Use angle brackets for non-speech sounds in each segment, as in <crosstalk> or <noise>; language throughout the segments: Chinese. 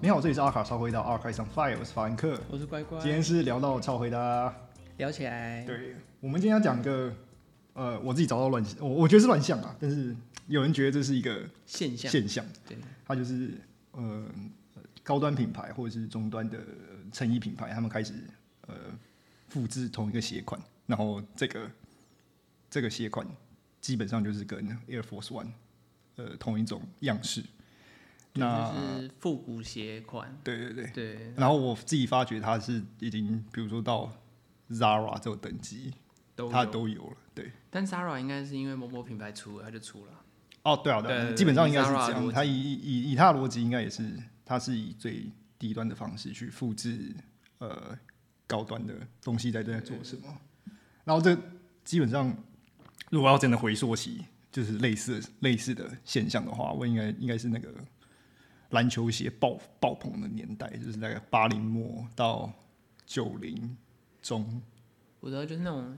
你好，这里是阿卡超回答，阿卡上 Fire，我是法兰克。我是乖乖。今天是聊到超回答，聊起来，对我们今天要讲一个，呃，我自己找到乱，我我觉得是乱象啊，但是有人觉得这是一个现象，现象，对，它就是呃高端品牌或者是终端的成衣品牌，他们开始呃复制同一个鞋款，然后这个这个鞋款基本上就是跟 Air Force One 呃同一种样式。那就是复古鞋款，对对对，对，然后我自己发觉它是已经，比如说到 Zara 这种等级，都它有。都有了。对，但 Zara 应该是因为某某品牌出了，它就出了。哦，对啊，对对啊，对基本上应该是 Zara 这的逻样。辑它以以以它的逻辑，应该也是它是以最低端的方式去复制呃高端的东西在在做什么。然后这基本上，如果要真的回溯起就是类似类似的现象的话，我应该应该是那个篮球鞋爆爆棚的年代，就是大概八零末到九零中。我知道就是那种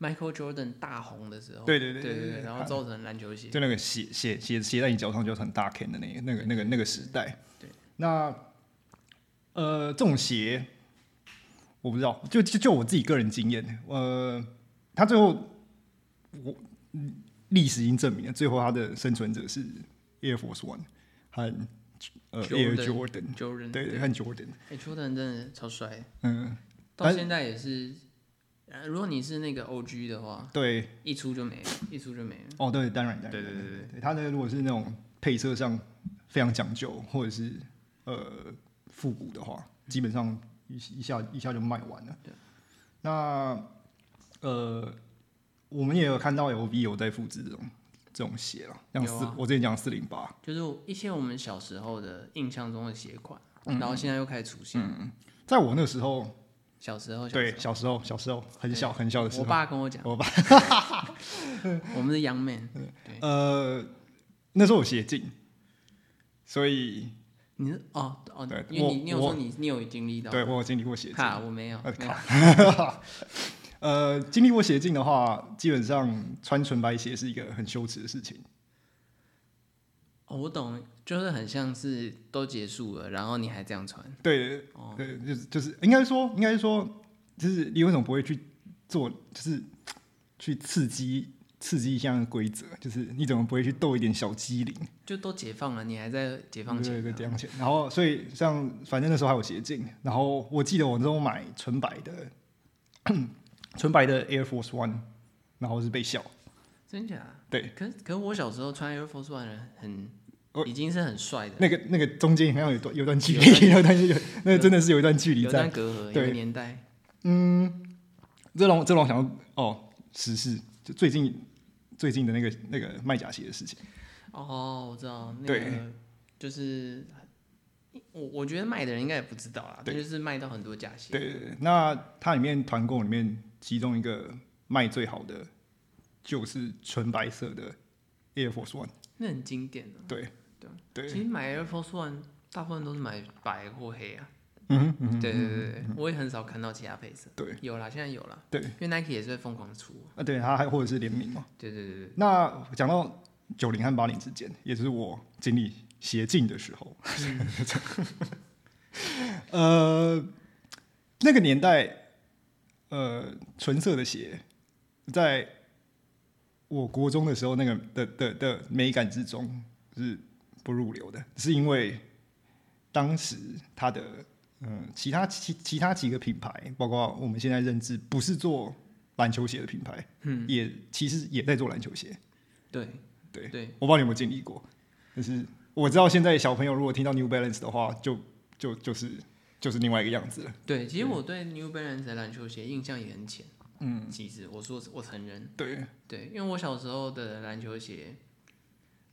Michael Jordan 大红的时候，对对对对对对对，然后造成篮球鞋，就那个鞋鞋鞋鞋在你脚上就是很大 can 的那个那个那个那个时代。对，那呃，这种鞋我不知道，就就就我自己个人经验，呃，它最后我嗯历史已经证明了，最后它的生存者是 Air Force One 和呃 Air Jordan， Jordan，对对，和 Jordan，哎，Jordan 真的超帅，嗯，到现在也是。呃如果你是那个 OG 的话，对，一出就没了，一出就没了。哦对，当然当然，对对对对，它的如果是那种配色上非常讲究，或者是呃复古的话，基本上一一下一下就卖完了。那呃，我们也有看到 LV 有在复制这种这种鞋了，像有四、啊我之前讲四零八，就是一些我们小时候的印象中的鞋款，嗯然后现在又开始出现。在我那时候，小时候，小嗯时对小时候小时候很小很小的时候，我候，爸跟我讲，我爸， <laughs> 我们是洋 man，呃，那时候有鞋镜，所以你是哦哦对，因为你我你有说你你有经历到，对我有经历过鞋镜。卡我没有，呃没有呃，经历过鞋镜的话，基本上穿纯白鞋是一个很羞耻的事情。哦我懂，就是很像是都结束了，然后你还这样穿，对，对，就是就是，应该说，应该说，就是你为什么不会去做，就是去刺激刺激一下规则？就是你怎么不会去斗一点小机灵？就都解放了，你还在解放前对对，啊，解放前。然后，所以像反正那时候还有鞋镜，然后我记得我那时候买纯白的 <clears throat> 纯白的 Air Force One，然后是被笑。真假？对，哦可是可是我小时候穿 Air Force One 的人很我已经是很帅的，那个那个中间好像有段有段距离，有段 <laughs> 有那个真的是有一段距离有在。段隔阂，有对个年代，这让我这让我想到哦，时事就最近最近的那个那个卖假鞋的事情。哦，我知道，那对个就是我我觉得卖的人应该也不知道啦，对就是卖到很多假鞋，对对对，那它里面团购里面其中一个卖最好的就是纯白色的 Air Force One。那很经典啊。对对，其实买 Air Force One 大部分都是买白或黑啊。嗯哼嗯哼对对对对，我也很少看到其他配色。对，有啦，现在有啦。对，因为 Nike 也是在疯狂出。啊对，它还或者是联名嘛。对对对对，那讲到九零和八零之间，也就是我经历邪境的时候。呃，那个年代，呃，纯色的鞋，在我国中的时候，那个的的的美感之中是不入流的，是因为当时它的嗯、其他其其他几个品牌，包括我们现在认知不是做篮球鞋的品牌，嗯，也其实也在做篮球鞋。对对对，我不知道你有没有经历过，就是我知道现在小朋友如果听到 New Balance 的话，就就就是就是另外一个样子了。对，其实我对 New Balance 的篮球鞋印象也很浅。嗯，其实我说我承认，对，对，因为我小时候的篮球鞋，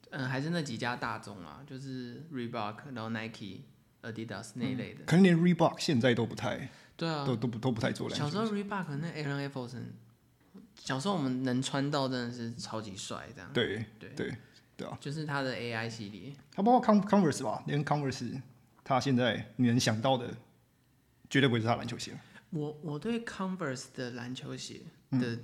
嗯，还是那几家大众啊，就是 Reebok，然后 Nike、Adidas 那一类的。可能连 Reebok 现在都不太对啊，嗯都都不都不太做篮小球。时候 Reebok 那 Alan e f o s o n 小时候我们能穿到真的是超级帅，这样对对对对啊，就是他的 AI 系列，它包括 Con- Converse 吧，连 Converse，它现在你能想到的绝对不会是它篮球鞋。我我对 Converse 的篮球鞋的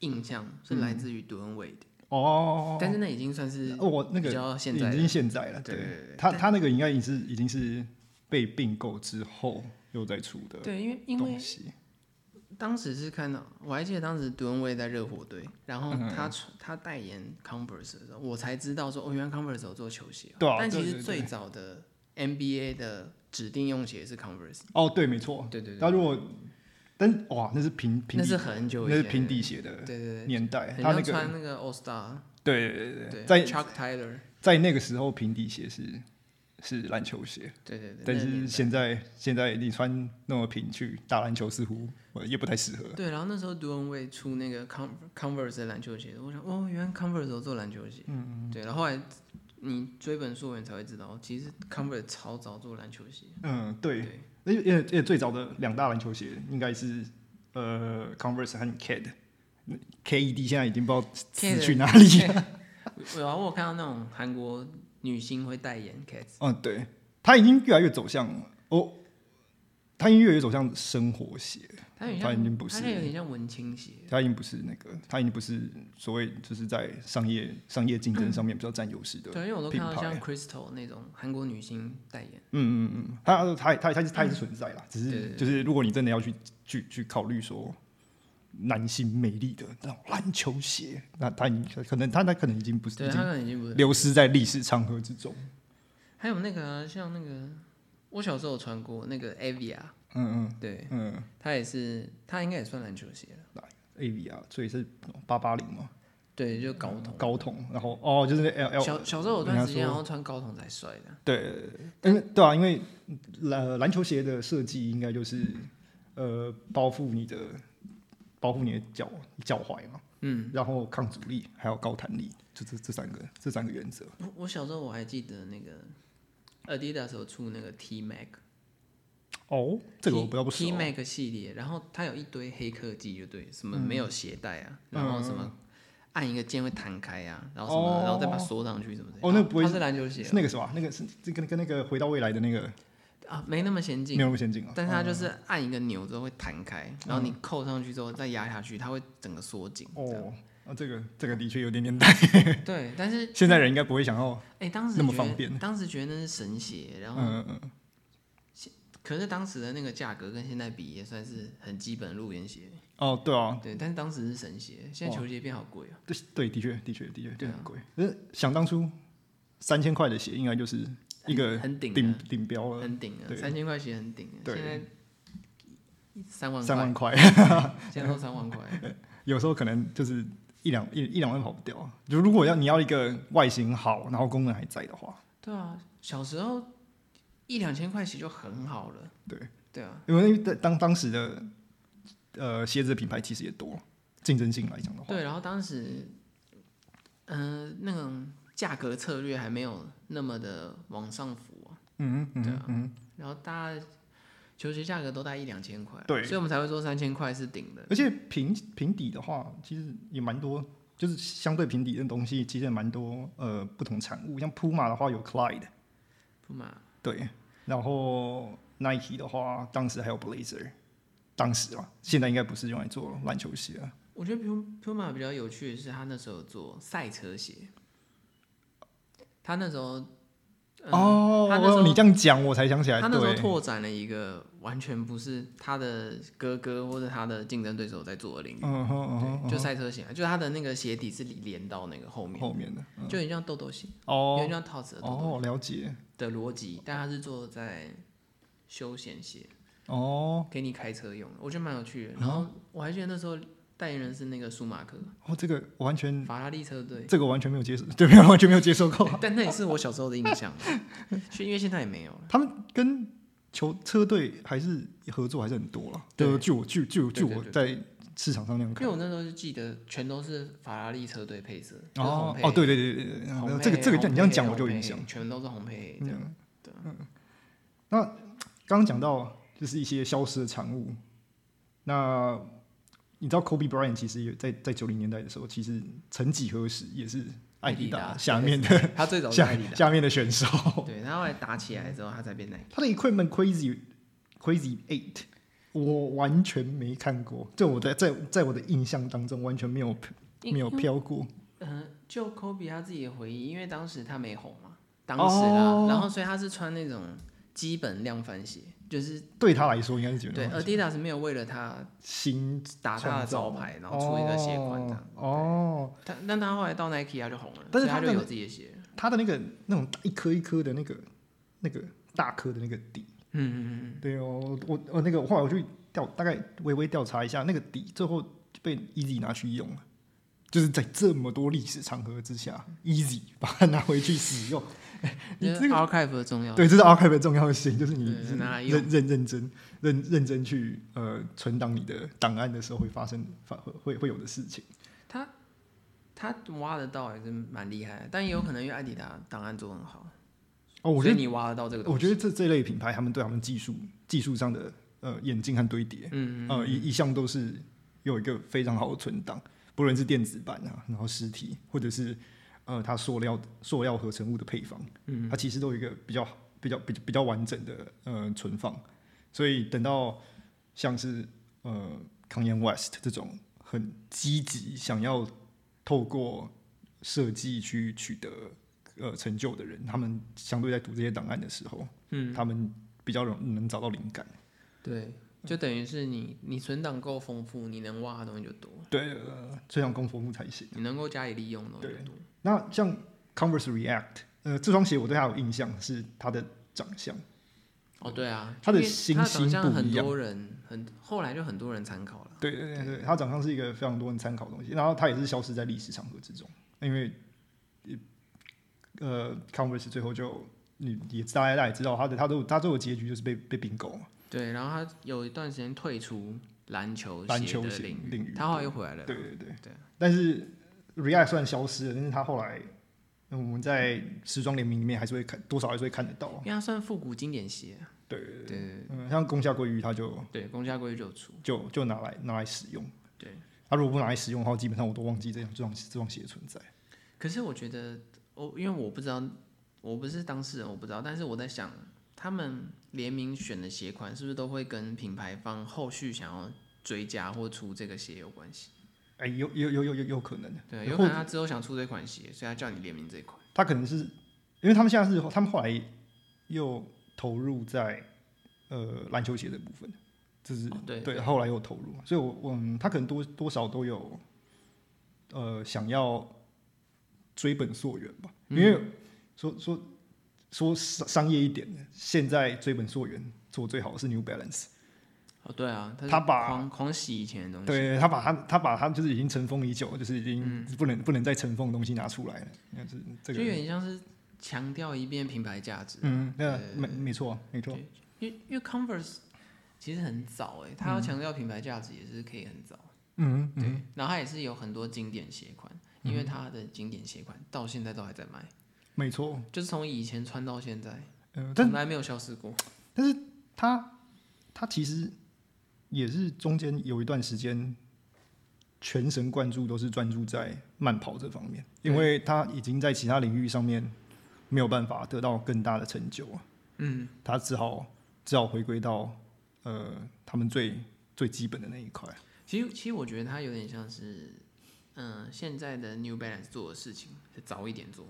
印象是来自于杜恩韦德，哦，但是那已经算是哦我那个比较现在已的经现在了，对对对它它那个应该已经是已经是被并购之后又再出的对，因为因为东西。当时是看到，我还记得当时杜恩威在热火队，然嗯后他穿、他代言 Converse 的时候，我才知道说哦，原来 Converse 有做球鞋、哦对啊但对其对实最早的 NBA 的指定用鞋是 Converse。哦，对，没错。对对对，那如果，但是哇，那是平平那底是，很久以那前是的，平底鞋的对对对，年代，很他那像个穿那个 All Star，对对对对对，在 Chuck Taylor，在那个时候平底鞋是是篮球鞋，对对对，但那个是年代现在现在你穿那么平去打篮球似乎呃也不太适合。对，然后那时候杜恩卫出那个 Con Converse 的篮球鞋，我想哦，原来 Converse 有做篮球鞋，嗯对，然后后来你追本溯源才会知道，其实 Converse 超早做篮球鞋，嗯，对，对而且而且而且最早的两大篮球鞋应该是呃 Converse 和 KED。KED 现在已经不知道死去哪里了。我我有看到那种韩国女星会代言 Cats，嗯，对，它已经越来越走向哦，它已经越来越走向生活鞋，她有点她像，已经不是她有点像文青鞋，它已经不是那个，它已经不是所谓就是在商业商业竞争上面比较占优势的。对，因为我都看到品牌像 Crystal 那种韩国女星代言，嗯嗯嗯，它它它它它也是存在啦，只对对是对就是如果你真的要去去去考虑说男性魅力的那种篮球鞋，那它已经可能它它可能已经不是对，已她经可能已经不是，流失在历史长河之中。还有那个啊、像那个我小时候有穿过那个 Avia，嗯嗯对，嗯她也是，她应该也算篮球鞋了， ，A V R，所以是八八零嘛，对，就高筒。高筒，然后哦就是 L L 小小时候有段人时家间，说然后穿高筒才帅的。对，因为对啊，因为篮呃篮球鞋的设计应该就是呃包覆你的包覆你的脚脚踝嘛，嗯，然后抗阻力还有高弹力，就这这三个这三个原则。我我小时候我还记得那个 Adidas 有出那个 T Mac，哦，这个我不要不熟 T。Mac 系列，然后它有一堆黑科技，就对，什么嗯没有鞋带啊，然后什么按一个键会弹开啊，然后什么，哦然后再把它锁上去什么的。哦那不会它是篮球鞋是那个是吧？那个是这跟跟那个回到未来的那个啊，没那么先没进，有那么先进啊。但是它就是按一个钮之后会弹开，然后你扣上去之后再压下去，它会整个缩紧。这样哦，啊，这个这个的确有点年代， <laughs> 对，但是现在人应该不会想要。哎，当时那么觉得方便当时觉得那是神鞋，然后嗯嗯嗯，可是当时的那个价格跟现在比，也算是很基本的路边鞋。哦，对啊，对，但是当时是神鞋，现在球鞋变好贵啊。对对，的确的确的确，对啊很贵。但是想当初三千块的鞋，应该就是一个很顶顶的，顶标了，嗯很顶啊，对三千块鞋很顶啊。对现在一三万三块，万块， <laughs> 现在都三万块。 <laughs> 有时候可能就是一两一一两万跑不掉。啊就如果要你要一个外形好，然后功能还在的话，对啊，小时候一两千块鞋就很好了。对对啊，因为当当当时的呃鞋子的品牌其实也多，竞争性来讲的话，对，然后当时，嗯、那种价格策略还没有那么的往上浮啊。嗯嗯对嗯啊嗯，然后大家球鞋价格都在一两千块，啊对所以我们才会说三千块是顶的。而且平平底的话，其实也蛮多。就是相对平底的东西，其实也蛮多呃不同产物，像 Puma 的话有 Clyde，不嘛，对，然后 Nike 的话，当时还有 Blazer，当时啊，现在应该不是用来做篮球鞋了。我觉得 Puma Puma 比较有趣的是，他那时候有做赛车鞋，他那时候，呃、哦他那时候你这样讲，我才想起来，他那时候哎对，拓展了一个完全不是他的哥哥或者他的竞争对手在做的领域，嗯哼嗯哼，嗯哼就赛车鞋，啊就他的那个鞋底是连到那个后面，后面的就很像豆豆鞋，有哦点像套子的豆豆哦，了解的逻辑，但他是做在休闲鞋。哦给你开车用的，我觉得蛮有趣啊的。然后我还记得那时候代言人是那个舒马克，哦，这个我完全法拉利车队，这个我完全没有接受， <laughs> 对，没有完全没有接受过。但那也是我小时候的印 <laughs> 象，就因为现在也没有了。他们跟球车队还是合作还是很多了，对就据我据据我据对对我在市场上那样因为看。我那时候就记得全都是法拉利车队配色，就是红哦配哦，对对对对对红对，配这个这个红配你这样讲我就红有配印象。全都是红配这样。嗯，对嗯。那刚刚讲到就是一些消失的产物，那你知道 Kobe Bryant 其实也在在九零年代的时候，其实曾几何时也是艾迪达 Adidas，下面的他最早是下艾迪达，下面的选手，对他后来打起来之后，他才变 Nike。他的 equipment crazy crazy eight。我完全没看过，就我在在在我的印象当中完全没有没有飘过。嗯、就 Kobe 他自己的回忆，因为当时他没红嘛，当时啦，哦然后所以他是穿那种基本量贩鞋，就是对他来说应该是觉得对 Adidas 没有为了它新打他的招牌，然后出一个鞋款这样。哦，但但他后来到 Nike 他就红了，但是所以他他就的有自己的鞋。哦他的那个那种一颗一颗的那个那个大颗的那个底，嗯嗯对哦，我我我那个后来我去调大概微微调查一下，那个底最后被 Easy 拿去用了。就是在这么多历史场合之下，Easy <laughs> 把它拿回去使用，嗯，你就这是 archive 的重要。对，这是 archive 的重要性，就是你对拿来用认认认真认认真去呃存档你的档案的时候会发生发会会会有的事情。他他挖得到也是蛮厉害的，但也有可能因为艾迪达档案做得很好，哦，我所觉以得你挖得到这个东西。我觉得这这类品牌，他们对他们技术技术上的呃演进和堆叠，嗯，嗯呃一一向都是有一个非常好的存档，不论是电子版啊，然后实体，或者是呃它塑料塑料合成物的配方，嗯，它其实都有一个比较比较比较比较完整的呃存放，所以等到像是呃 Kanye West 这种很积极想要透过设计去取得呃成就的人，他们相对在读这些档案的时候，嗯，他们比较容能找到灵感。对，就等于是你你存档够丰富，你能挖的东西就多，对，呃崔阳功夫木才行。你能够加以利用的东西就多。那像 Converse React，呃，这双鞋我对它有印象是它的长相，哦，对啊，它的因为新它长兴相不很一样多人很后来就很多人参考了。对对对对，它长相是一个非常多人参考的东西，然后它也是消失在历史场合之中，因为呃，Converse 最后就你也大家大家也知道它的它都它最后的结局就是被被并购嘛，对，然后他有一段时间退出篮球篮球的鞋领领域他后来又回来了。对对对对但是 React 虽然消失了，但是它后来嗯我们在时装联名里面还是会看多少还是会看得到，因为它算复古经典鞋，啊对对对对嗯，像宫下归于它就对，公家规就出，就就拿来拿来使用。对，它、如果不拿来使用的话，基本上我都忘记这样这双这双鞋的存在。可是我觉得，我因为我不知道，我不是当事人，我不知道。但是我在想，他们联名选的鞋款是不是都会跟品牌方后续想要追加或出这个鞋有关系？哎、有有有有有有可能，对，或有可能他之后想出这款鞋，所以他叫你联名这一款。它可能是因为他们现在是他们后来又投入在呃篮球鞋的部分，这是、哦对后来又投入嘛，所以我我嗯他可能多多少都有呃想要追本溯源吧，因嗯为说说说商商业一点的，现在追本溯源做最好的是 New Balance。哦，对啊，他他他把狂狂洗以前的东西。嗯对他把他他把他就是已经尘封已久，就是已经不能、不能再尘封的东西拿出来了，那是这就有个，点像是强调一遍品牌价值。嗯，那对没没错没错，因为因为 Converse 其实很早哎、欸，它要强调品牌价值也是可以很早。嗯对嗯，，然后它也是有很多经典鞋款，因为它的经典鞋款到现在都还在卖，没错，就是从以前穿到现在，嗯，但从来没有消失过。他他其实也是中间有一段时间全神贯注都是专注在慢跑这方面，因为他已经在其他领域上面没有办法得到更大的成就啊，嗯，他只好只好回归到呃他们最最基本的那一块。其实其实我觉得它有点像是，嗯、现在的 New Balance 做的事情是早一点做。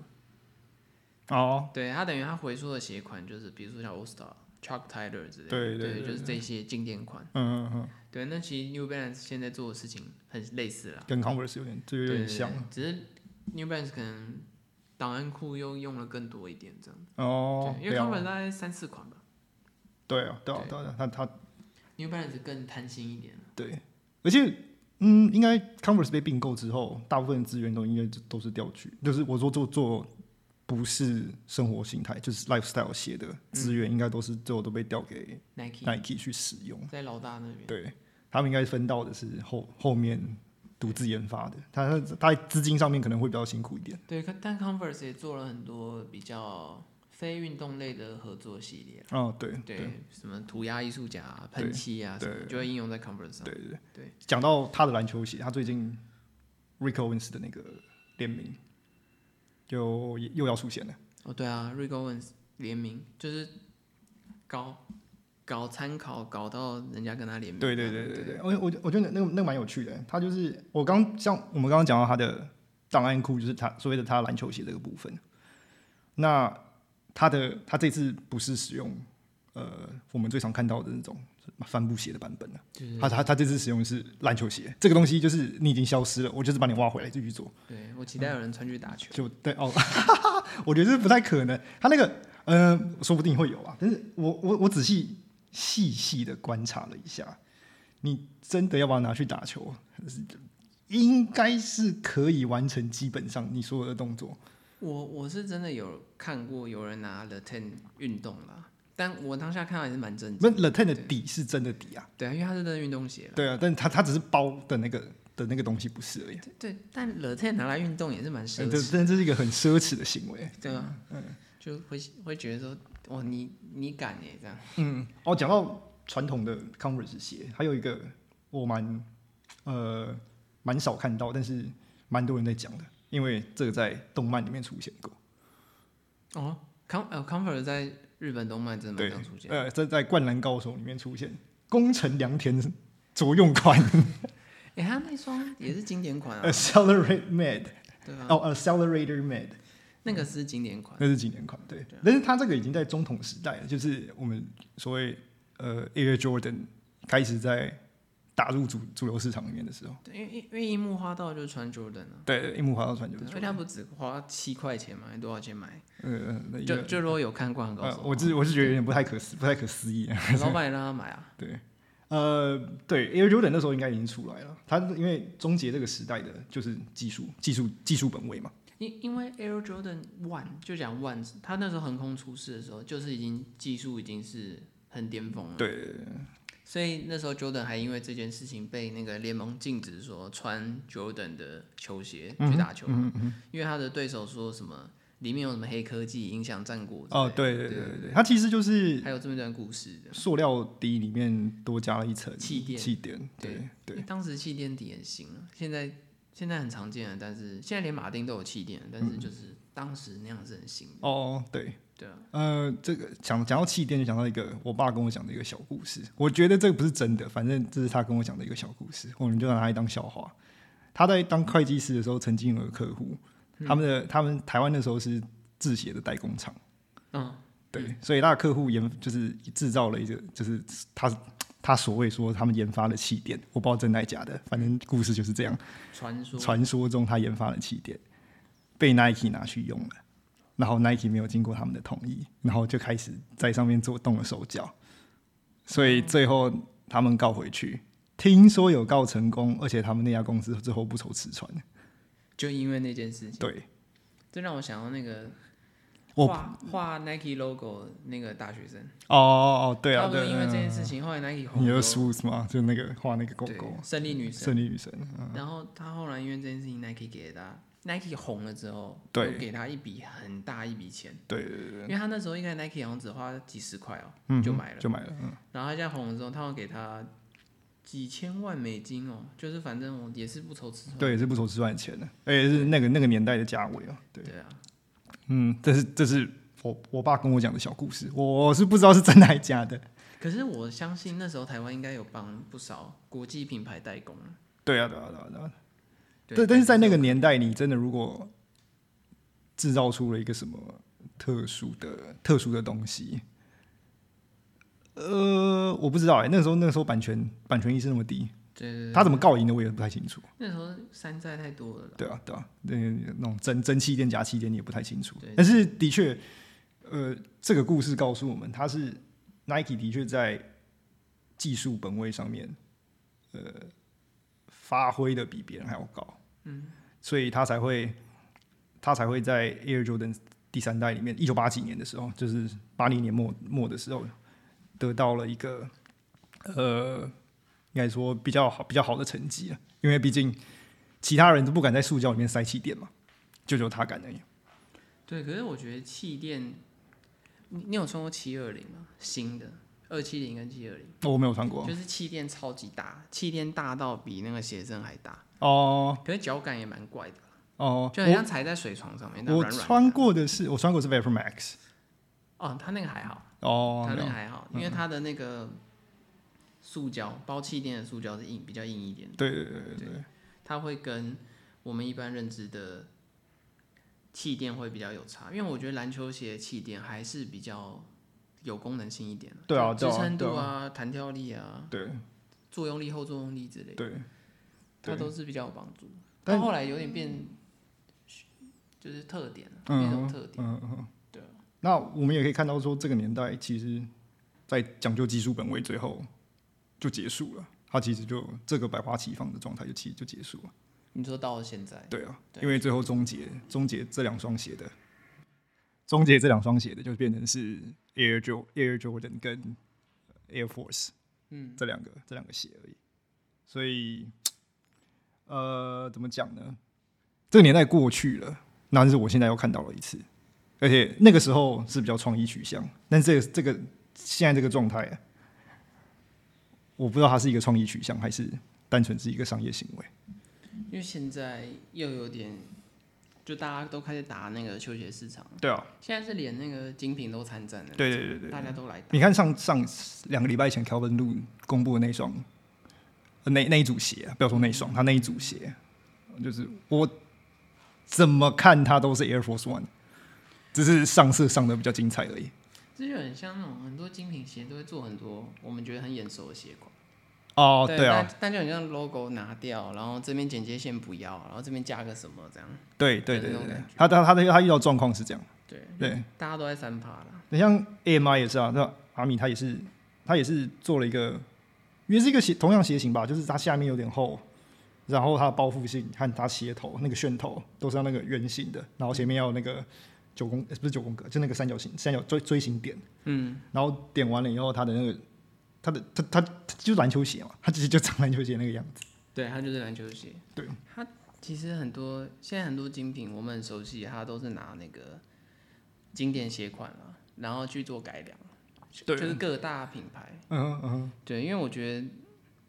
哦，对，它等于它回溯的鞋款就是，比如说像 All Star、Chuck Taylor 之类的，对对对就是这些经典款。嗯嗯嗯。对，那其实 New Balance 现在做的事情很类似啦，跟 Converse 有点，这有点像对对对只是 New Balance 可能档案库又用了更多一点这样。哦。对因为对啊 Converse 大概三四款吧对啊，对啊，对对啊，他他，New Balance 更贪心一点。对，而且嗯，应该 Converse 被并购之后，大部分的资源都应该就都是调去，就是我说做做不是生活形态，就是 lifestyle 鞋的资源，应该都是最后都被调给 Nike 嗯 Nike 去使用。在老大那边，对他们应该分到的是后后面独自研发的，他他在资金上面可能会比较辛苦一点。对，可但 Converse 也做了很多比较非运动类的合作系列，哦，对对对，什么涂鸦艺术家、啊、对喷漆啊，什么对就会应用在 Converse 上。对对对。讲到他的篮球鞋，他最近 Rico Owens 的那个联名，就也又要出现了。哦，对啊，Rick Owens 联名就是搞搞参考，搞到人家跟他联名。对对对对对，我我我觉得那个那个蛮有趣的。他就是我刚像我们刚刚讲到他的档案库，就是他所谓的他篮球鞋这个部分。那他的他这次不是使用呃我们最常看到的那种帆布鞋的版本了、啊就是他他他这次使用的是篮球鞋，这个东西就是你已经消失了，我就是把你挖回来继续做。对我期待有人穿去打球。就对哦， <laughs> 我觉得这不太可能。他那个，呃，说不定会有啊。但是我我我仔细细细的观察了一下，你真的要把它拿去打球，应该是可以完成基本上你所有的动作。我我是真的有看过有人拿 The Ten 运动啦，但我当下看到也是蛮震惊。那 l a t e n 的底是真的底啊，对啊，因为它是真的运动鞋啦。对啊，但他他只是包的那个的那个东西不是而已。对对，但 The Ten 拿来运动也是蛮奢这侈，但这是一个很奢侈的行为。对啊，嗯就会会觉得说，哇，你你敢耶这样。嗯，哦，讲到传统的 Converse 鞋，还有一个我蛮呃蛮少看到，但是蛮多人在讲的，因为这个在动漫里面出现过。哦，Com <laughs> 呃 Comfort 在日本动漫真的对蛮常出，现的。呃，这在《灌篮高手》里面出现，宫城良田着用款、哎、他那双也是经典款呃 <laughs> 啊，Accelerate Med，对啊，哦，Accelerator Med，那个是经典款。那是几年款，对。啊但是它这个已经在中统时代了，就是我们所谓呃 Air Jordan 开始在打入主主流市场里面的时候，对，因为因为樱木花道就是穿 Jordan 啊，对，樱木花道穿就对是所以他不止花七块钱买，多少钱买？呃，那一个就就如果有看《灌篮高呃手》，我是我是觉得有点不太可思不太可思议。老板也让他买啊。对，呃，对，Air Jordan 那时候应该已经出来了，它因为终结这个时代的就是技术技术技术本位嘛。因因为 Air Jordan One 就讲 One，他那时候横空出世的时候，就是已经技术已经是很巅峰了。对，所以那时候 Jordan 还因为这件事情被那个联盟禁止说穿 Jordan 的球鞋嗯去打球，因为他的对手说什么里面有什么黑科技影响战果之类哦，的对对对对对，它其实就是还有这么一段故事的。塑料底里面多加了一层气垫气垫，对因对为当时气垫底很新啊，现在现在很常见了，啊但是现在连马丁都有气垫了，但嗯是就是当时那样是很新的，哦对。对啊，呃，这个讲讲到气垫，就想到一个我爸跟我讲的一个小故事。我觉得这个不是真的，反正这是他跟我讲的一个小故事，我们就拿来当笑话。他在当会计师的时候，曾经有个客户，他们的他们台湾那时候是制鞋的代工厂，嗯，对，所以他的客户研就是制造了一个，就是他他所谓说他们研发的气垫，我不知道真的还假的，反正故事就是这样。传说传说中他研发的气垫被 Nike 拿去用了，然后 Nike 没有经过他们的同意，然后就开始在上面做动了手脚，所以最后他们告回去，听说有告成功，而且他们那家公司最后不愁吃穿。就因为那件事情，对这让我想到那个我画画 Nike logo 那个大学生。哦哦哦，对差啊，不多对，因为这件嗯事情，后来 Nike 红你了说 Swoosh 吗？就那个画那个狗对狗胜利女神，胜利女神，嗯然后他后来因为这件事情，Nike 给他 Nike 红了之后，对又给他一笔很大一笔钱，对对对对，因为他那时候应该 Nike 好像只花几十块哦、嗯，就买了，就买了，嗯然后他现在红了之后，他要给他几千万美金哦、就是反正我也是不愁吃穿，对，是不愁吃穿的钱的，而且是那个那个年代的价位哦，对。对啊，嗯，这是这是我我爸跟我讲的小故事，我是不知道是真的还假的。可是我相信那时候台湾应该有帮不少国际品牌代工啊，对啊，对啊，对啊，对啊。对，但是在那个年代，你真的如果制造出了一个什么特殊的特殊的东西，呃，我不知道哎、那时候那时候版权版权意识那么低，对对对，他怎么告赢的我也不太清楚。那时候山寨太多了啦，对啊，对啊，那那种真真气垫假气垫你也不太清楚对。但是的确，呃，这个故事告诉我们，它是 Nike 的确在技术本位上面，呃，发挥的比别人还要高。嗯，所以他才会，他才会在 Air Jordan 第三代里面，一九八几年的时候，就是八零年末末的时候，得到了一个呃，应该说比较好比较好的成绩了，啊因为毕竟。其他人都不敢在塑胶里面塞气垫嘛，就只有他敢而已。对，可是我觉得气垫，你你有穿过七二零吗？新的二七零跟七二零，哦我没有穿过就是气垫超级大，气垫大到比那个鞋身还大，哦可是脚感也蛮怪的，哦，就很像踩在水床上面，但我我软软的穿过的是我穿过是 Vapor Max 哦，它那个还好，哦它，那没个有还好，因为它的那个塑胶包气垫的塑胶是硬，比较硬一点的，对对对对对，它会跟我们一般认知的。气垫会比较有差，因为我觉得篮球鞋气垫还是比较有功能性一点了对啊支对啊撑对度啊啊、弹跳力啊、对作用力、后作用力之类的，对对它都是比较有帮助。但但后来有点变，就是特点了，嗯变成特点。嗯嗯，嗯对啊。那我们也可以看到说，这个年代其实，在讲究技术本位最后就结束了，它其实就这个百花齐放的状态就其实就结束了。你说到了现在，对啊，对因为最后终结终结这两双鞋的，终结这两双鞋的就变成是 Air Jo Air Jordan 跟 Air Force 嗯，这两个这两个鞋而已。所以，呃，怎么讲呢？这个年代过去了，那是我现在又看到了一次，而且那个时候是比较创意取向，但这个这个现在这个状态啊，我不知道它是一个创意取向，还是单纯是一个商业行为。因为现在又有点，就大家都开始打那个球鞋市场了，对啊，现在是连那个精品都参战了，对对对对。大家都来打。你看上上两个礼拜前 Calvin l u 公布的那双，呃那那一组鞋、啊，不要说那一双，他那一组鞋，就是我怎么看它都是 Air Force One，只是上色上的比较精彩而已。这就很像那种很多精品鞋都会做很多我们觉得很眼熟的鞋款。哦，对啊，但，但就很像 logo 拿掉，然后这边剪接线不要，然后这边加个什么这样。对对对对对那种对感觉，他他他的他遇到状况是这样，对，对，大家都在三趴啦。你像 AMI 也是啊，那阿米他也是他也是做了一个，因为是一个鞋同样鞋型吧，就是它下面有点厚。然后它的包覆性和它鞋头那个楦头都是要那个圆形的，然后前面要有那个九宫呃不是九宫格，就那个三角形三角锥锥形点，嗯，然后点完了以后，它的那个它的它它它就是篮球鞋嘛，它其实就长篮球鞋那个样子。对，它就是篮球鞋。对，它其实很多现在很多精品我们很熟悉，它都是拿那个经典鞋款啦，然后去做改良。对就是各大品牌。嗯嗯嗯，对，因为我觉得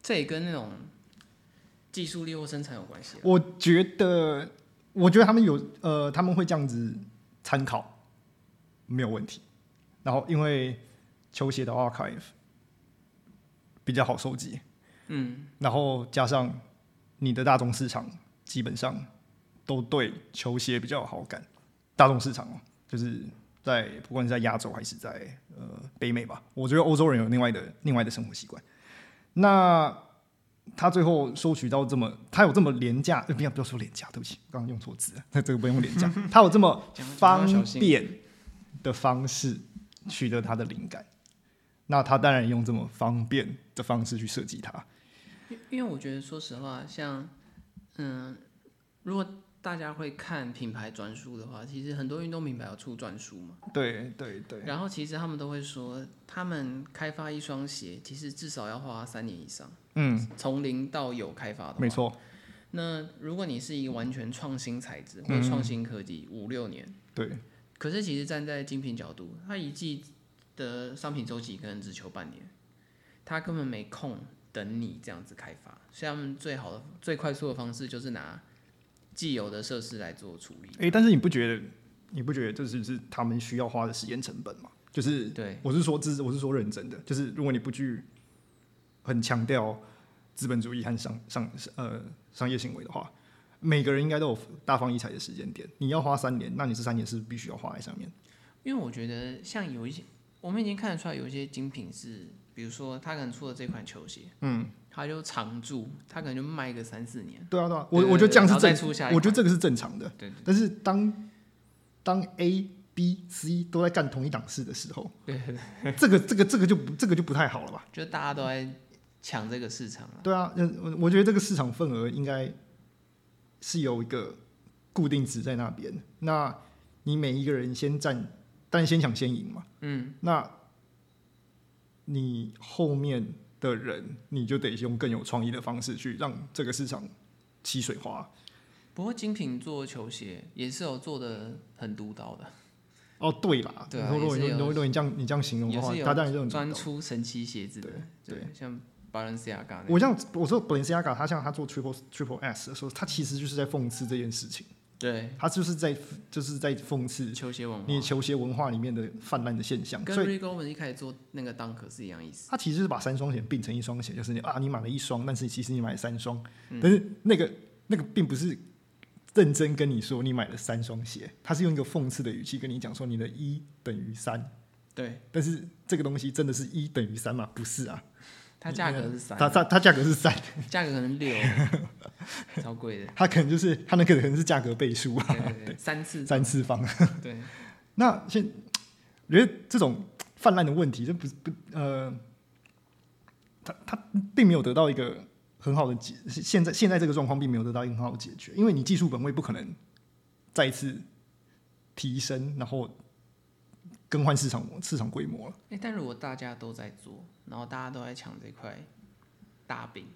这也跟那种技术力或生产有关系啊。我觉得我觉得他们有呃他们会这样子参考没有问题。然后因为球鞋的 archive 比较好收集，嗯，然后加上你的大众市场基本上都对球鞋比较有好感，大众市场哦，就是在不管是在亚洲还是在呃北美吧，我觉得欧洲人有另外的另外的生活习惯。那他最后收取到这么，他有这么廉价，呃不要不要说廉价，对不起，我刚刚用错字了， <laughs> 那这个不用廉价，他有这么讲讲话方要小心便的方式取得他的灵感。那他当然用这么方便的方式去设计它，因因为我觉得，说实话，像嗯，如果大家会看品牌专书的话，其实很多运动品牌有出专书嘛。对对对，然后其实他们都会说，他们开发一双鞋，其实至少要花三年以上，嗯，从零到有开发的。没。错，那如果你是一个完全创新材质嗯或者创新科技，五六年。对可是其实站在精品角度，它一季的商品周期可能只求半年，他根本没空等你这样子开发，所以他们最好的、最快速的方式就是拿既有的设施来做处理。哎、但是你不觉得，你不觉得这是是他们需要花的时间成本吗？就是对，我是说，这是我是说认真的，就是如果你不去很强调资本主义和商商呃商业行为的话，每个人应该都有大放异彩的时间点。你要花三年，那你这三年是必须要花在上面。因为我觉得像有一些，我们已经看得出来，有一些精品是，比如说他可能出了这款球鞋，嗯，他就常驻，他可能就卖个三四年。对啊，对啊，对我我觉得这样是对对然后再正，出下一款我觉得这个是正常的。对对但是当当 A、B、C 都在干同一档事的时候，对对这个这个这个就不这个就不太好了吧？就大家都在抢这个市场啊。对啊，嗯，我我觉得这个市场份额应该是有一个固定值在那边。那你每一个人先占，但先抢先赢嘛。嗯，那你后面的人，你就得用更有创意的方式去让这个市场起水花。不过精品做球鞋也是有做的很独到的。哦，对啦，对啊如果也你是有如果如果你这样你这样形容的也话是，有他当然就很知道专出神奇鞋子的，对对，像 Balenciaga 那我像我说 Balenciaga，他像他做 Triple Triple S 的时候，他其实就是在讽刺这件事情，对他就是在就是在讽刺球鞋文化你，球鞋文化里面的泛滥的现象，跟所以 Rigo 我们一开始做那个 Dunk 是一样意思。它其实是把三双鞋并成一双鞋，就是你啊，你买了一双，但是其实你买了三双，但是那个那个并不是认真跟你说你买了三双鞋，他是用一个讽刺的语气跟你讲说你的一等于三，对，但是这个东西真的是一等于三吗？不是啊，它价格是三，它它它价格是三，价格可 <laughs> 能六，超贵的，它可能就是它那个可能是价格倍数啊，对对对，三次，三次方。对，那现我觉得这种泛滥的问题，这不是不呃，他他并没有得到一个很好的解，现在现在这个状况并没有得到一个很好的解决，因为你技术本位不可能再一次提升，然后更换市场市场规模了。哎、但如果大家都在做，然后大家都在抢这块大饼，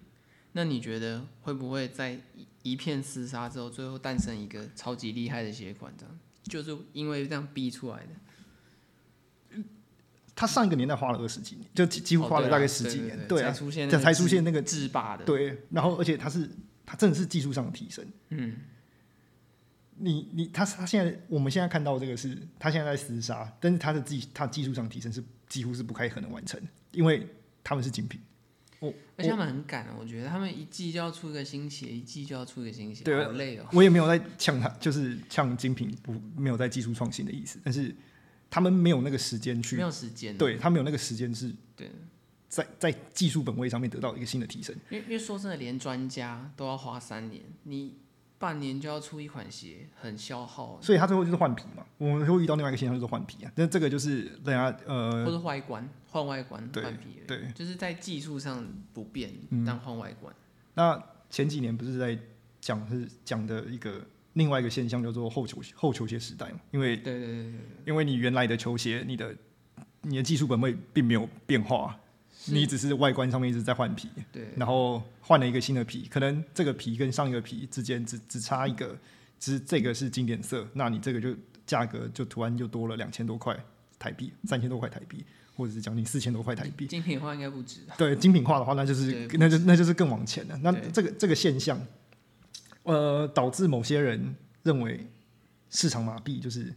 那你觉得会不会在一一片厮杀之后，最后诞生一个超级厉害的血管？这样就是因为这样逼出来的。他上一个年代花了二十几年，就几几乎花了大概十几年，哦对对啊对对对啊才，出现这才出现那个制霸的，对，然后而且它是它真的是技术上的提升。嗯，你你他他现在我们现在看到这个是他现在在厮杀，但是他的技他技术上提升是几乎是不太可能完成，因为他们是精品。我而且他们很赶啊，我觉得他们一季就要出一个新鞋，一季就要出一个新鞋，对好累哦。我也没有在呛他，就是呛精品不没有在技术创新的意思，但是他们没有那个时间没去，有时间啊，对他没有那个时间是对，在在技术本位上面得到一个新的提升。因为因为说真的，连专家都要花三年，你半年就要出一款鞋，很消耗，所以他最后就是换皮嘛，我们会遇到另外一个现象就是换皮啊，但这个就是大家或呃者外观换外观对嗯换皮而已，对，就是在技术上不变，但换外观，那前几年不是在讲是讲的一个另外一个现象叫做后球后球鞋时代嘛？因为对对对对，因为你原来的球鞋，你的你的技术本位并没有变化，是你只是外观上面一直在换皮，对然后换了一个新的皮，可能这个皮跟上一个皮之间只只差一个，只这个是经典色，那你这个就价格就突然就多了两千多块台币，三千多块台币，或者是将近四千多块台币。精品化应该不止，对精品化的话，那就是对不那就那就是更往前了。那对这个这个现象，呃，导致某些人认为市场麻痹，就是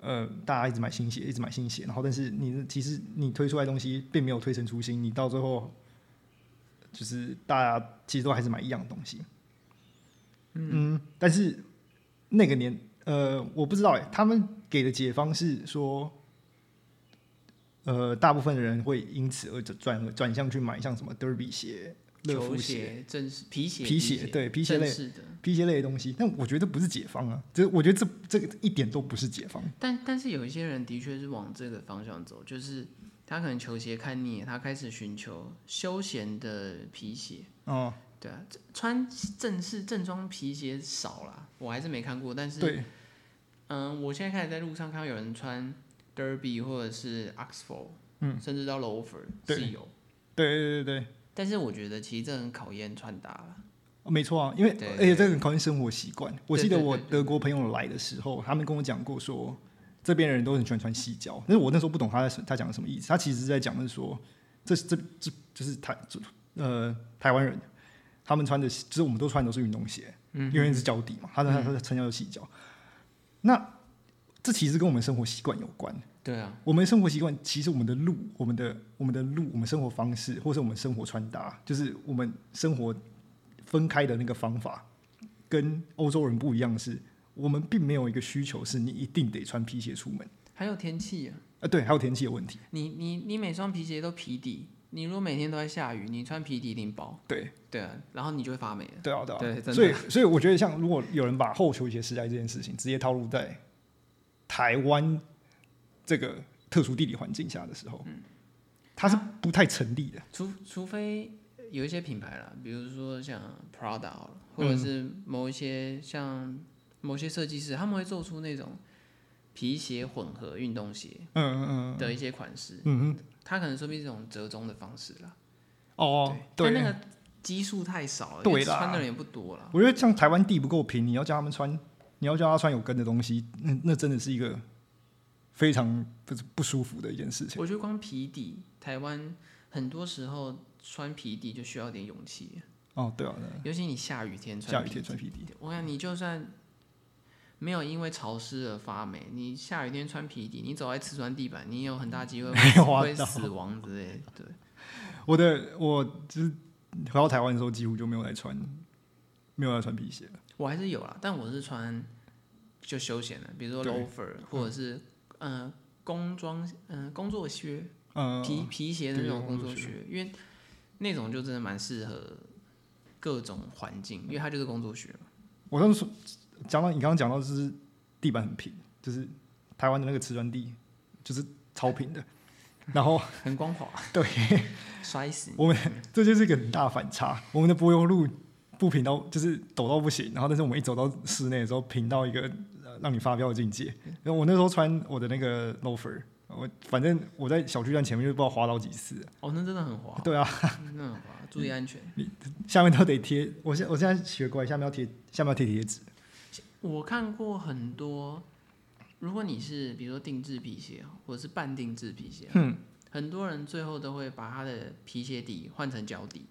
呃，大家一直买新鞋，一直买新鞋，然后但是你其实你推出来的东西并没有推陈出新，你到最后就是大家其实都还是买一样的东西。嗯但是那个年，呃，我不知道哎、他们给的解方是说，呃，大部分的人会因此而转转向去买像什么 derby 鞋、乐球福、鞋、正式皮鞋、皮鞋，对皮鞋正类、式的。皮鞋类的东西。但我觉得不是解放啊，这我觉得这这个一点都不是解放。但但是有一些人的确是往这个方向走，就是他可能球鞋看腻了，他开始寻求休闲的皮鞋。哦、对啊，这穿正式正装皮鞋少啦，我还是没看过。但是，对，嗯，我现在开始在路上看到有人穿 Derby 或者是 Oxford，嗯，甚至到 Loafer 对是有。对对对对。但是我觉觉得其实这很考验穿搭啦。哦没错啊，因为对而且这个很考验生活习惯。我记得对对我对对德国朋友来的时候，他们跟我讲过说，这边的人都很喜欢穿细胶，但是我那时候不懂他在他讲的什么意思。他其实是在讲的是说，这这这就是台这呃台湾人，他们穿的就是我们都穿的都是运动鞋，嗯因为是胶底嘛，他他他穿叫细胶。那这其实跟我们生活习惯有关。对啊，我们生活习惯，其实我们的路、我们的、我们的路、我们生活方式，或是我们生活穿搭，就是我们生活分开的那个方法，跟欧洲人不一样的是，我们并没有一个需求是你一定得穿皮鞋出门。还有天气啊，啊，对，还有天气的问题。你你你每双皮鞋都皮底，你如果每天都在下雨，你穿皮底一定薄。对，对啊，然后你就会发霉了。对啊，对啊。对真的所以，所以我觉得，像如果有人把后球鞋时代这件事情直接套入在台湾这个特殊地理环境下的时候，它是不太成立的。除除非有一些品牌啦，比如说像 Prada 好了，或者是某一些像某些设计师，他们会做出那种皮鞋混合运动鞋嗯嗯嗯的一些款式，嗯哼，它可能说不定是一种折中的方式啦。哦，对，但那个基数太少了，对啦因为穿的人也不多啦。我觉得像台湾地不够平，你要叫他们穿，你要叫他穿有跟的东西，那那真的是一个非常不不舒服的一件事情。我觉得光皮底，台湾很多时候穿皮底就需要点勇气，哦，对啊，对啊尤其你下雨天穿下雨皮天穿皮底，我想你就算没有因为潮湿而发霉，你下雨天穿皮底，你走在瓷砖地板，你也有很大机会 <laughs> 没有啊会到死亡之类的。对，我的我就是回到台湾的时候，几乎就没有在穿，没有在穿皮鞋了。我还是有啦，但我是穿就休闲的，比如说对 loafer 或者是嗯、呃工装，嗯、工作靴、呃，皮皮鞋的那对种工工作作靴，因为那种就真的蛮适合各种环境，因为它就是工作靴嘛。我刚说讲到你刚刚讲到就是地板很平，就是台湾的那个瓷砖地就是超平的，然后很光滑， <laughs> 对，摔死你。我们这就是一个很大的反差。我们的柏油路不平到就是陡到不行，然后但是我们一走到室内的时候，平到一个呃让你发飙的境界。然后我那时候穿我的那个 loafer，我反正我在小巨蛋前面就不知道滑倒几次。哦，那真的很滑，对啊，那很滑，注意安全。下面都得贴，我现我现在学乖，下面要贴下面要贴贴纸。我看过很多，如果你是比如说定制皮鞋或者是半定制皮鞋，嗯，很多人最后都会把他的皮鞋底换成脚底，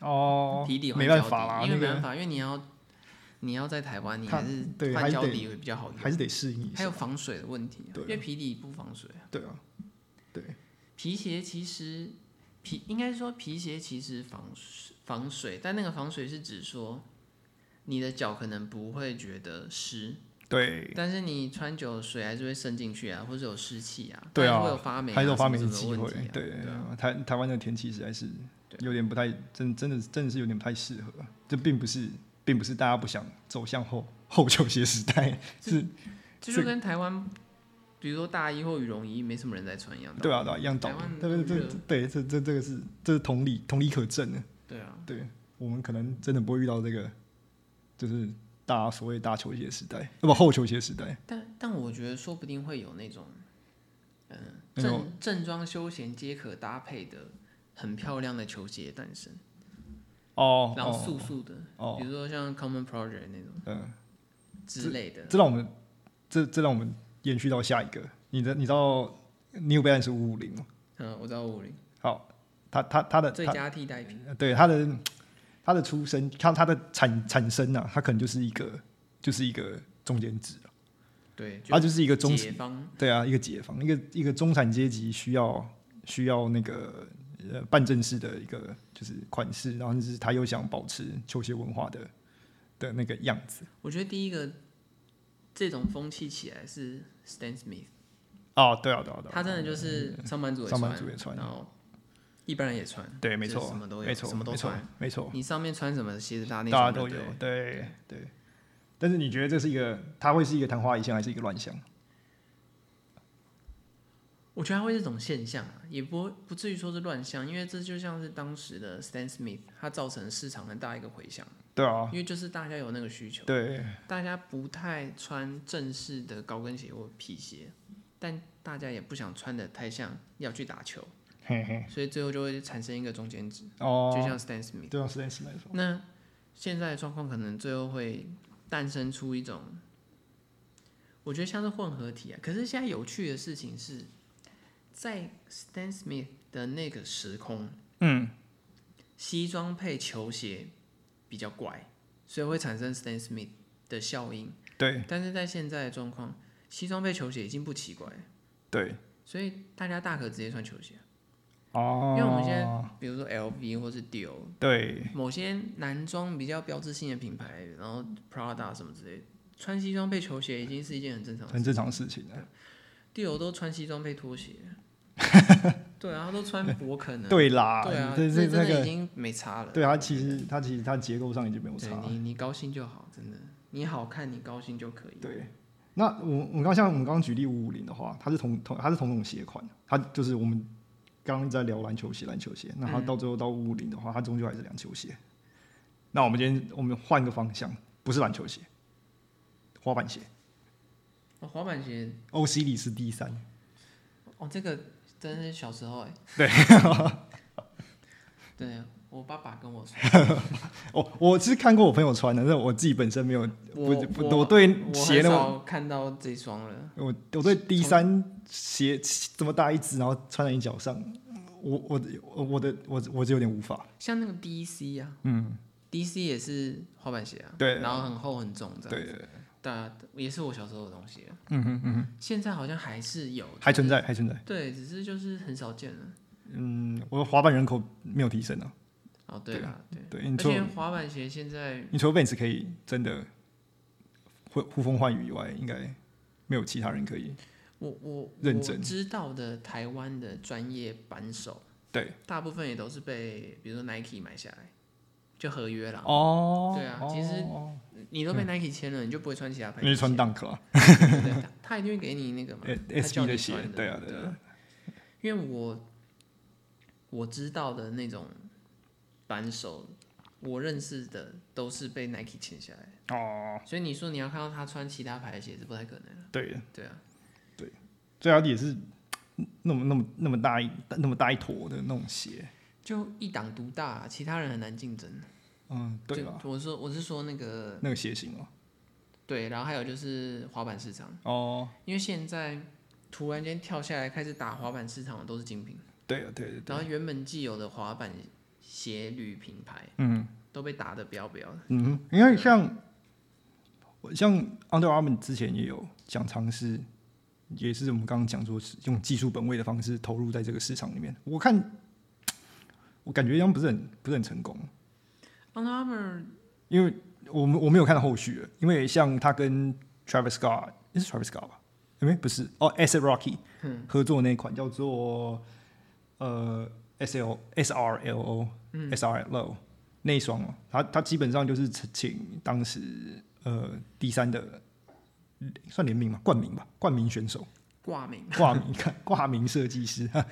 哦皮底换没脚办法啦，底，因那为没办个法，因为你要你要在台湾，你它还是对换还脚得底会比较好用。还是得适应一还下。有防水的问题，对啊因为皮底不防水。对啊，对，皮鞋其实皮应该说皮鞋其实防水防水，但那个防水是指说你的脚可能不会觉得湿，对，但是你穿久了水还是会渗进去啊，或者有湿气啊，对啊还是会有发霉、啊，还是有发霉什的么什机么会问题啊。。对啊，台台湾的天气实在是有点不太真，真的真的是有点不太适合。这并不是，并不是大家不想走向后后球鞋时代，是嗯这就跟台湾，比如说大衣或羽绒衣，没什么人在穿一样的。对啊，对啊，一样道台湾理。对很对热对，这这这个是这是同理同理可证的。对啊，对我们可能真的不会遇到这个，就是大家所谓大球鞋时代，呃不后球鞋时代。但但我觉得说不定会有那种，嗯、那种正正装休闲皆可搭配的很漂亮的球鞋诞生，哦然后素素的，哦比如说像 Common Project 那种哦，嗯。之类的。这让我们这这让我们延续到下一个。你的你知道 New Balance 五五零吗？嗯，我知道五零好，他他他的最他佳替代品，对他的他的出身，他他的产产生啊，他可能就是一个就是一个中间值，对，他就是一个中解放对啊，一个解放，一个一个中产阶级需要需要那个呃半正式的一个就是款式，然后就是他又想保持球鞋文化的的那个样子我觉得第一个这种风气起来是 Stan Smith，啊、对啊对啊对啊，他真的就是上班族也上穿，班族也穿然后一般人也穿，对，没就错，是什么都有没错，什么都没错穿，没错。你上面穿什么鞋子搭那大家什么都就有对了，对对。但是你觉得这是一个，它会是一个昙花一现，还是一个乱象？我觉得它会是种现象啊，也不不至于说是乱象，因为这就像是当时的 Stan Smith，它造成市场很大一个回响，对啊，因为就是大家有那个需求，对大家不太穿正式的高跟鞋或皮鞋，但大家也不想穿的太像要去打球，嘿嘿，所以最后就会产生一个中间值，嗯哦，就像 Stan Smith。对啊，实在是没错，那现在的状况可能最后会诞生出一种，我觉得像是混合体啊。可是现在有趣的事情是，在 Stan Smith 的那个时空，嗯，西装配球鞋比较怪，所以会产生 Stan Smith 的效应。对但是在现在的状况，西装配球鞋已经不奇怪了，对，所以大家大可直接穿球鞋啊。啊哦，因为我们现在比如说 LV 或是 Dior，对某些男装比较标志性的品牌，然后 Prada 什么之类的，穿西装配球鞋已经是一件很正常的事。很正常的事情啊。地友都穿西装配 <laughs> 拖鞋，对啊，他都穿勃肯了。对啦，对啊，这这这真那的已个，经没差了。对它其实它其实它结构上已经没有对差。你你高兴就好，真的，你好看你高兴就可以。对，那我我刚像我们刚刚举例五五零的话，它是同同它是同种鞋款，它就是我们刚刚在聊篮球鞋，篮球鞋，那它嗯到最后到五五零的话，它终究还是篮球鞋。那我们今天我们换个方向，不是篮球鞋，滑板鞋哦，滑板鞋，欧西里斯 D 三，哦，这个真是小时候哎。对。 <laughs> 对，啊我爸爸跟我说，哦，我是看过我朋友穿的，但是我自己本身没有，我不不我我对我哎鞋很那么少看到这双了。我我对 D 三鞋这么大一只，然后穿在你脚上，我我我我的我我是有点无法，像那个 DC 啊嗯， ，DC 也是滑板鞋啊，对然后很厚很重这样，对，对啊，也是我小时候的东西啊，嗯哼嗯哼。现在好像还是有，还存在，在，还存在。对，只是就是很少见了。嗯，我的滑板人口没有提升啊。哦，对对啦，对，对，你而除且滑板鞋现在你除了 Vans 可以真的会呼风唤雨以外，应该没有其他人可以。我我认我真知道的台湾的专业扳手，对，大部分也都是被比如说 Nike 买下来，就合约啦。哦对啊其实哦你都被 Nike 签了，你就不会穿其他牌那就子的鞋。穿 Dunk 啊 <laughs> 对对，他他一定会给你那 <laughs> 个嘛呃他，SB 叫的你鞋穿，对啊，对对啊，因为我我知道的那种扳手，我认识的都是被 Nike 签下来，哦，所以你说你要看到他穿其他牌的鞋子不太可能啊。对，对啊，所以它也是那么那么那么大一那么大一坨的那种鞋，就一党独大、啊其他人很难竞争。啊嗯，对就吧？我说我是说那个那个鞋型哦对，然后还有就是滑板市场，哦，哦，因为现在突然间跳下来开始打滑板市场的都是精品，对啊，对对对，然后原本既有的滑板鞋履品牌嗯都被打得标标的。嗯，因为像我像 Under Armour 之前也有想尝试，也是我们刚刚讲说是用技术本位的方式投入在这个市场里面，我看我感觉他们不是很不是很成功。 Under Armour 因为我们我没有看到后续了，因为像他跟 Travis Scott 诶是 Travis Scott 吧？诶不是哦，Acid Rocky 合作那款叫做呃 S L S R L O S R L O 那一双哦，他他基本上就是请当时呃第三的算联名嘛，冠名吧，冠名选手挂名，挂名挂名设计师。 <laughs> 哈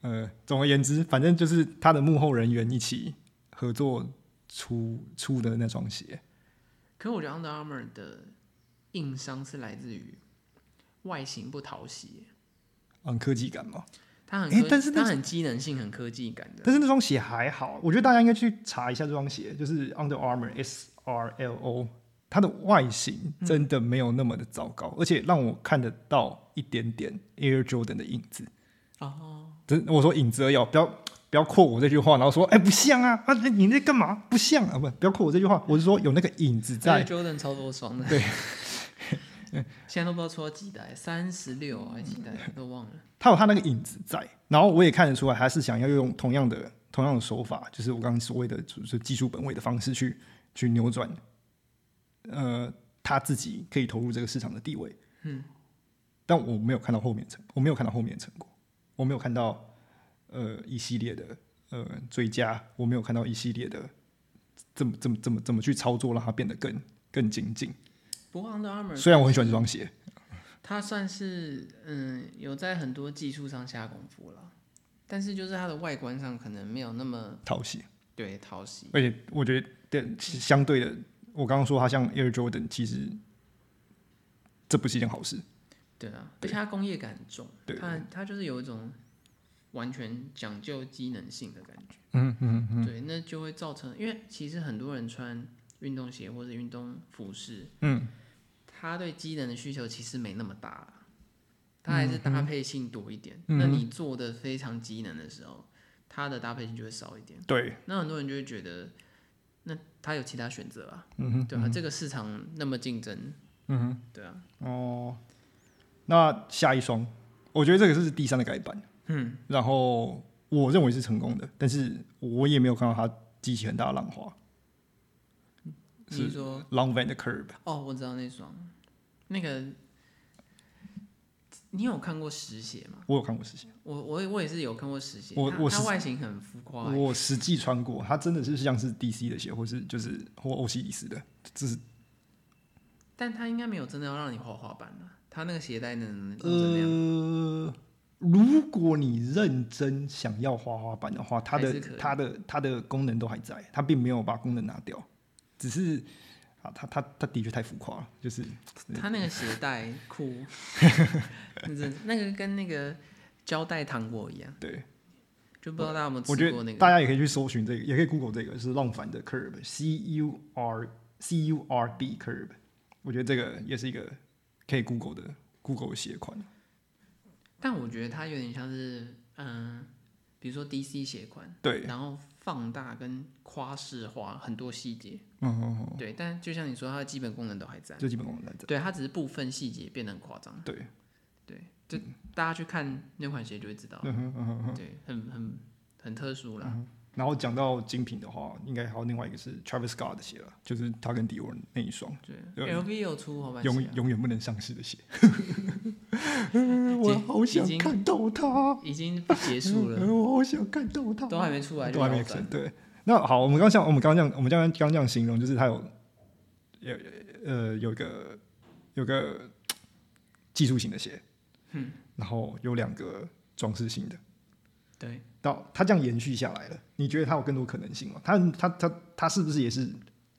呃，总而言之，反正就是他的幕后人员一起合作出出的那双鞋。可我觉得 Under Armour 的硬伤是来自于外形不讨喜，嗯，科技感嘛。它很诶科但是那它很机能性、很科技感的。但是那双鞋还好，我觉得大家应该去查一下这双鞋，就是 Under Armour S R L O，它的外形嗯真的没有那么的糟糕，而且让我看得到一点点 Air Jordan 的影子。哦，真我说影子而已哦，不要不要扣我这句话，然后说哎、不像啊啊你在干嘛？不像啊不不要扣我这句话，我是说有那个影子在在。 Jordan 超多双的，对， <laughs> 现在都不知道出到几代，三十六啊还几代都忘了。他有他那个影子在，然后我也看得出来，他是想要用同样的同样的手法，就是我刚刚所谓的就是技术本位的方式去去扭转，呃，他自己可以投入这个市场的地位。嗯，但我没有看到后面成，我没有看到后面成果，我没有看到呃一系列的呃追加，我没有看到一系列的这么这么这么这么去操作，让它变得更更精进。不过 Under Armour 虽然我很喜欢这双鞋，它算是嗯有在很多技术上下功夫了，但是就是它的外观上可能没有那么讨喜。对讨喜。而且我觉得对相对的，我刚刚说它像 Air Jordan，其实这不是一件好事。对啊，而且它工业感很重对，它它就是有一种完全讲究机能性的感觉。嗯嗯嗯，对，那就会造成，因为其实很多人穿运动鞋或者运动服饰，嗯，他对机能的需求其实没那么大啦，他还是搭配性多一点。那你做的非常机能的时候，它的搭配性就会少一点。对，那很多人就会觉得，那他有其他选择啊，嗯对啊，这个市场那么竞争，嗯对啊，哦，那下一双，我觉得这个是第三的改版，嗯，然后我认为是成功的，但是我也没有看到它激起很大的浪花。你说 Long Van 的 Curb，哦，我知道那双，那个你有看过实鞋吗？我有看过实际，我我也我也是有看过实鞋，我它我它是外形很浮夸欸，我实际穿过，它真的是像是 DC 的鞋，或是就是或欧西里斯的，这是但它应该没有真的要让你滑滑板的，它那个鞋带能弄成那样，呃，如果你认真想要滑滑板的话，它还的是可以它的它的功能都还在，它并没有把功能拿掉，只是啊，它它它的确太浮夸了，就是它那个鞋带 <laughs> 酷，那真那个跟那个胶带糖果一样，对，就不知道大家有没有我吃觉过那得个大家也可以去搜寻这个，也可以 Google 这个是浪凡的 curb C U R C U R B curb，我觉得这个也是一个可以 Google 的 Google 的鞋款，但我觉得它有点像是嗯、比如说 DC 鞋款，对，然后放大跟夸饰化很多细节。嗯嗯，嗯对，但就像你说，它的基本功能都还在。就基本功能在这，对，它只是部分细节变得很夸张。对，对，就大家去看那款鞋就会知道，嗯嗯嗯嗯嗯。嗯对，很很很特殊啦。然后讲到精品的话，应该还有另外一个是 Travis Scott 的鞋了，就是他跟 Dior 那一双对，LV 也有出好版鞋永啊，永远不能上市的 <laughs> 鞋。嗯我好想已经看到它，已经结束了，我好想看到它，都还没出来就嗯都还没腰斩成。对，那好，我们刚像我们刚刚这样，我们刚刚刚这样形容，就是它有有呃有一个有个技术型的鞋，嗯，然后有两个装饰性的。对，到它这样延续下来了，你觉得它有更多可能性吗？它它它它是不是也是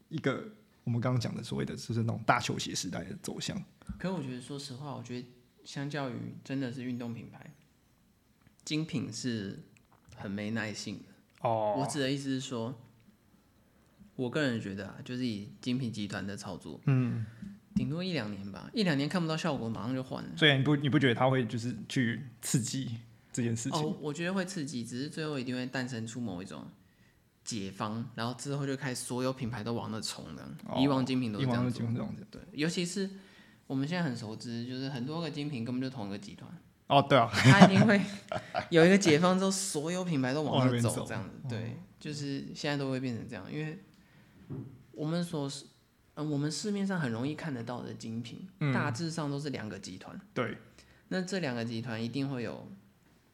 一个我们刚刚讲的所谓的就是那种大球鞋时代的走向？可我觉得说实话，我觉得相较于真的是运动品牌，精品是很没耐性的。哦我指的意思是说，我个人觉得啊，就是以精品集团的操作，嗯，顶多一两年吧，一两年看不到效果，马上就换了。所以你不你不觉得它会就是去刺激这件事情？哦，我觉得会刺激，只是最后一定会诞生出某一种解放，然后之后就开始所有品牌都往那冲的。哦以往精品都以是这往样的子，情况是这样子。对，尤其是我们现在很熟知，就是很多个精品根本就同一个集团，哦，对啊，它一定会有一个解放之后，所有品牌都往往那那边走走，嗯这样子。对，就是现在都会变成这样，因为我们所是，嗯、我们市面上很容易看得到的精品，嗯大致上都是两个集团。对那这两个集团一定会有，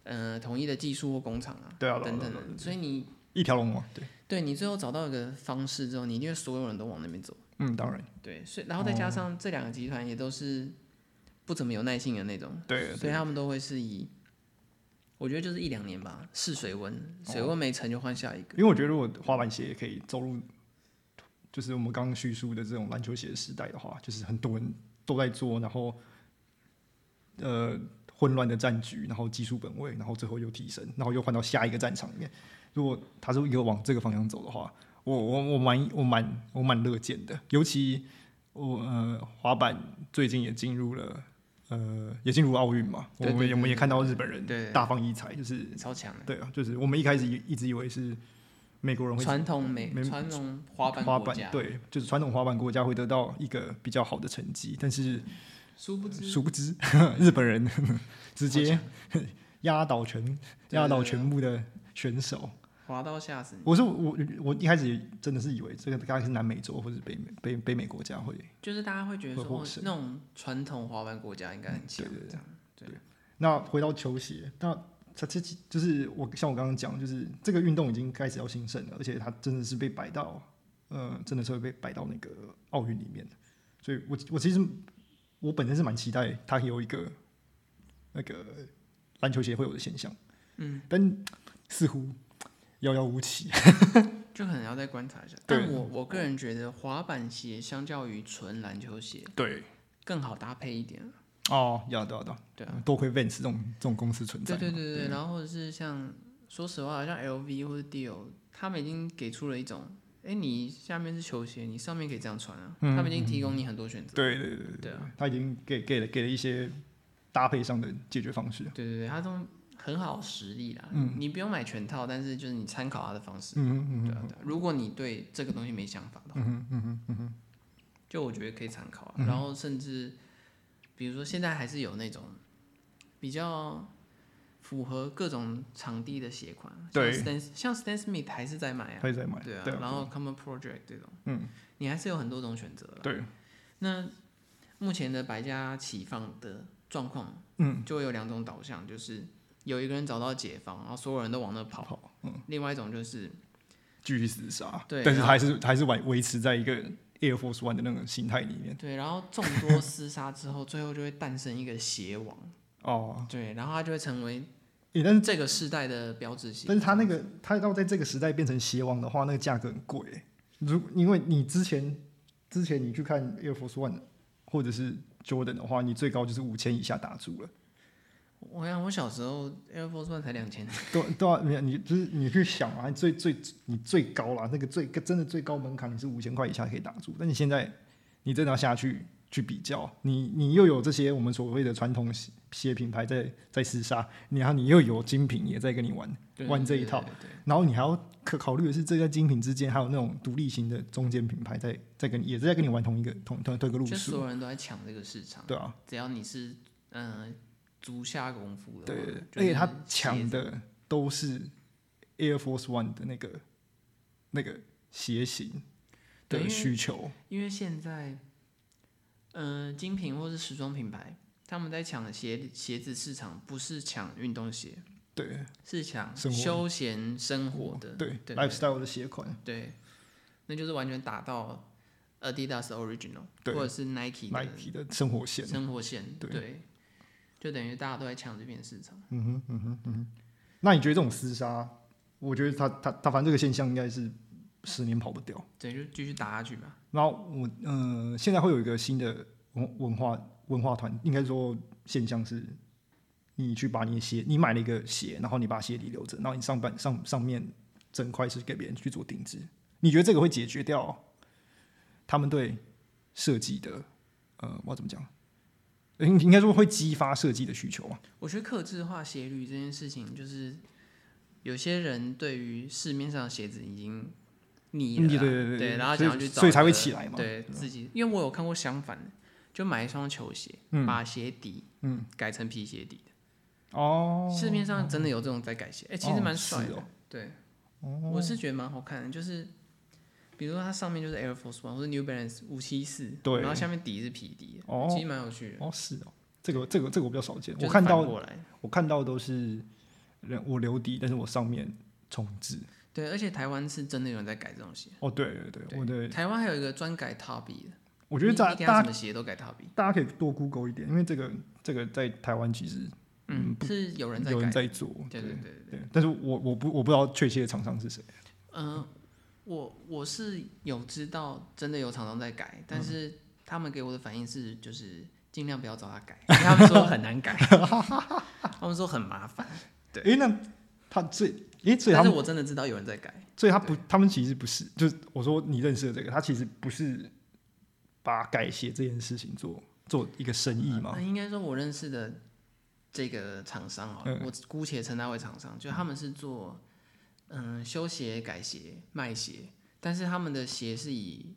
呃，统一的技术或工厂啊，对啊，对啊等对啊等对啊的。所以你一条龙嘛，对，对你最后找到一个方式之后，你一定会所有人都往那边走。嗯，当然，对，所以然后再哦加上这两个集团也都是不怎么有耐性的那种，对所对以他们都会是以，我觉得就是一两年吧，试水温，水哦温没成就换下一个。因为我觉得如果滑板鞋也可以走入，就是我们刚刚叙述的这种篮球鞋时代的话，就是很多人都在做，然后呃混乱的战局，然后技术本位，然后最后又提升，然后又换到下一个战场里面。如果他是一个往这个方向走的话，我我我蛮我蛮我蛮乐见的，尤其我呃滑板最近也进入了。呃，也进入奥运嘛，对对我们也对我们也看到对日本人对大放异彩，就是超强的，对啊，就是我们一开始一直以为是美国人会传统美没传统滑板滑国板家，，对，就是传统滑板国家会得到一个比较好的成绩，但嗯是殊不知殊不知 <laughs> 日本人直接 <laughs> 压倒全对压倒对对全部的选手。滑到吓死你。我说我我一开始也真的是以为这个大概是南美洲或者北美北北美国家会就是大家会觉得会获嗯说，哦胜那种传统滑板国家应该很强，这样那回到球鞋，那它这几就是我像我刚刚讲，就是这个运动已经开始要兴盛了，而且它真的是被摆到，呃，真的是会被摆到那个奥运里面的。所以我我其实我本身是蛮期待它有一个那个篮球鞋会有的现象，嗯，但似乎遥遥无期。就可能要再观察一下。对但我我个人觉得，滑板鞋相较于纯篮球鞋对，更好搭配一点。哦，要的要的，对啊，多亏 Vans 这种这种公司存在对嘛，对对对，然后或者是像说实话，像 LV 或者 Dior，他们已经给出了一种，哎，你下面是球鞋，你上面可以这样穿啊，嗯他们已经提供你很多选择。对对对对对啊，他已经给给了给了一些搭配上的解决方式。对对对，他都很好实力啦，你不用买全套，但是就是你参考他的方式。嗯嗯嗯对啊对啊，如果你对这个东西没想法的话，嗯嗯嗯嗯嗯，就我觉得可以参考、啊。然后甚至比如说现在还是有那种比较符合各种场地的鞋款，对像 Stan 像 Stan Smith 还是在买啊，他也在买，对啊，对然后 Common Project 这种，嗯，你还是有很多种选择啦。对，那目前的百家齐放的状况，嗯，就会有两种导向，就是有一个人找到解放，然后所有人都往那跑；好，嗯，另外一种就是继续厮杀，对但是然后还是还是维维持在一个 Air Force One 的那个形态里面，对，然后众多厮杀之后，最后就会诞生一个鞋王，哦，对，然后他就会成为诶，但是这个世代的标志性。但是他那个他要在这个时代变成鞋王的话，那个价格很贵欸，如因为你之前之前你去看 Air Force One 或者是 Jordan 的话，你最高就是五千以下打住了，我想我小时候 Air Force One 才两千，对对啊，你你就是你去想啊，最最你最高啦，那个最真的最高门槛你是五千块以下可以打住，但你现在你真的要下去去比较，你你又有这些我们所谓的传统鞋鞋品牌在在厮杀，然后你又有精品也在跟你玩，对玩这一套，对对对然后你还要可考虑的是这个精品之间还有那种独立型的中间品牌在在跟你也是在跟你玩同一个同同同一个对路就所数，有人都在抢这个市场。对啊，只要你是嗯、呃足下功夫的对话，对对，而就且是他鞋抢的都是 Air Force One 的那个那个鞋型对因的为需求。因为现在，嗯、精品或是时装品牌，他们在抢的鞋鞋子市场，不是抢运动鞋，对，是抢生活休闲生活的，对对 lifestyle 的鞋款对，那就是完全打到 Adidas Original 对或者是 Nike 的，Nike 的生活线。生活线，对对，就等于大家都在抢这片市场。那你觉得这种厮杀，我觉得他他他反正这个现象应该是十年跑不掉。对，就继续打下去吧。然后我呃，现在会有一个新的文文化文化团，应该说现象是，你去把你的鞋，你买了一个鞋，然后你把鞋底留着，然后你上半上上面整块是给别人去做定制。你觉得这个会解决掉他们对设计的呃，我要怎么讲？应应该说会激发设计的需求啊。我觉得克制化鞋履这件事情，就是有些人对于市面上的鞋子已经腻了啦，嗯对对对对然后所以想要去找一个，所以才会起来嘛对自己，因为我有看过相反的，就买一双球鞋，把鞋底嗯改成皮鞋底的，哦，市面上真的有这种在改鞋，哎、其实哦蛮帅是的，哦对，我是觉得蛮好看的，就是。比如说它上面就是 Air Force One 或者 New Balance 五七四，对然后下面底是皮底的，哦其实蛮有趣的。哦是哦，这个这个这个我比较少见，就是我看反到过来，我看到都是人我留底，但是我上面重置。对，而且台湾是真的有人在改这种鞋。哦，对对对，我的，台湾还有一个专改 Toby 的，我觉得你大你给他大什家么鞋都改 Toby，大家可以多 Google 一点，因为这个这个在台湾其实嗯，是有人在有人改，在做，对对对对。对但是我我不我不知道确切的厂商是谁。嗯，我我是有知道真的有厂商在改，嗯但是他们给我的反应是就是尽量不要找他改，因为他们说很难改， <laughs> 他们说很麻烦，对诶，那他这诶，所以他但是们我真的知道有人在改，所以他不他们其实不是，就是我说你认识的这个，他其实不是把改鞋这件事情做做一个生意嘛那？呃应该说我认识的这个厂商好了，嗯我姑且称他为厂商，就他们是做嗯修鞋、改鞋、卖鞋，但是他们的鞋是以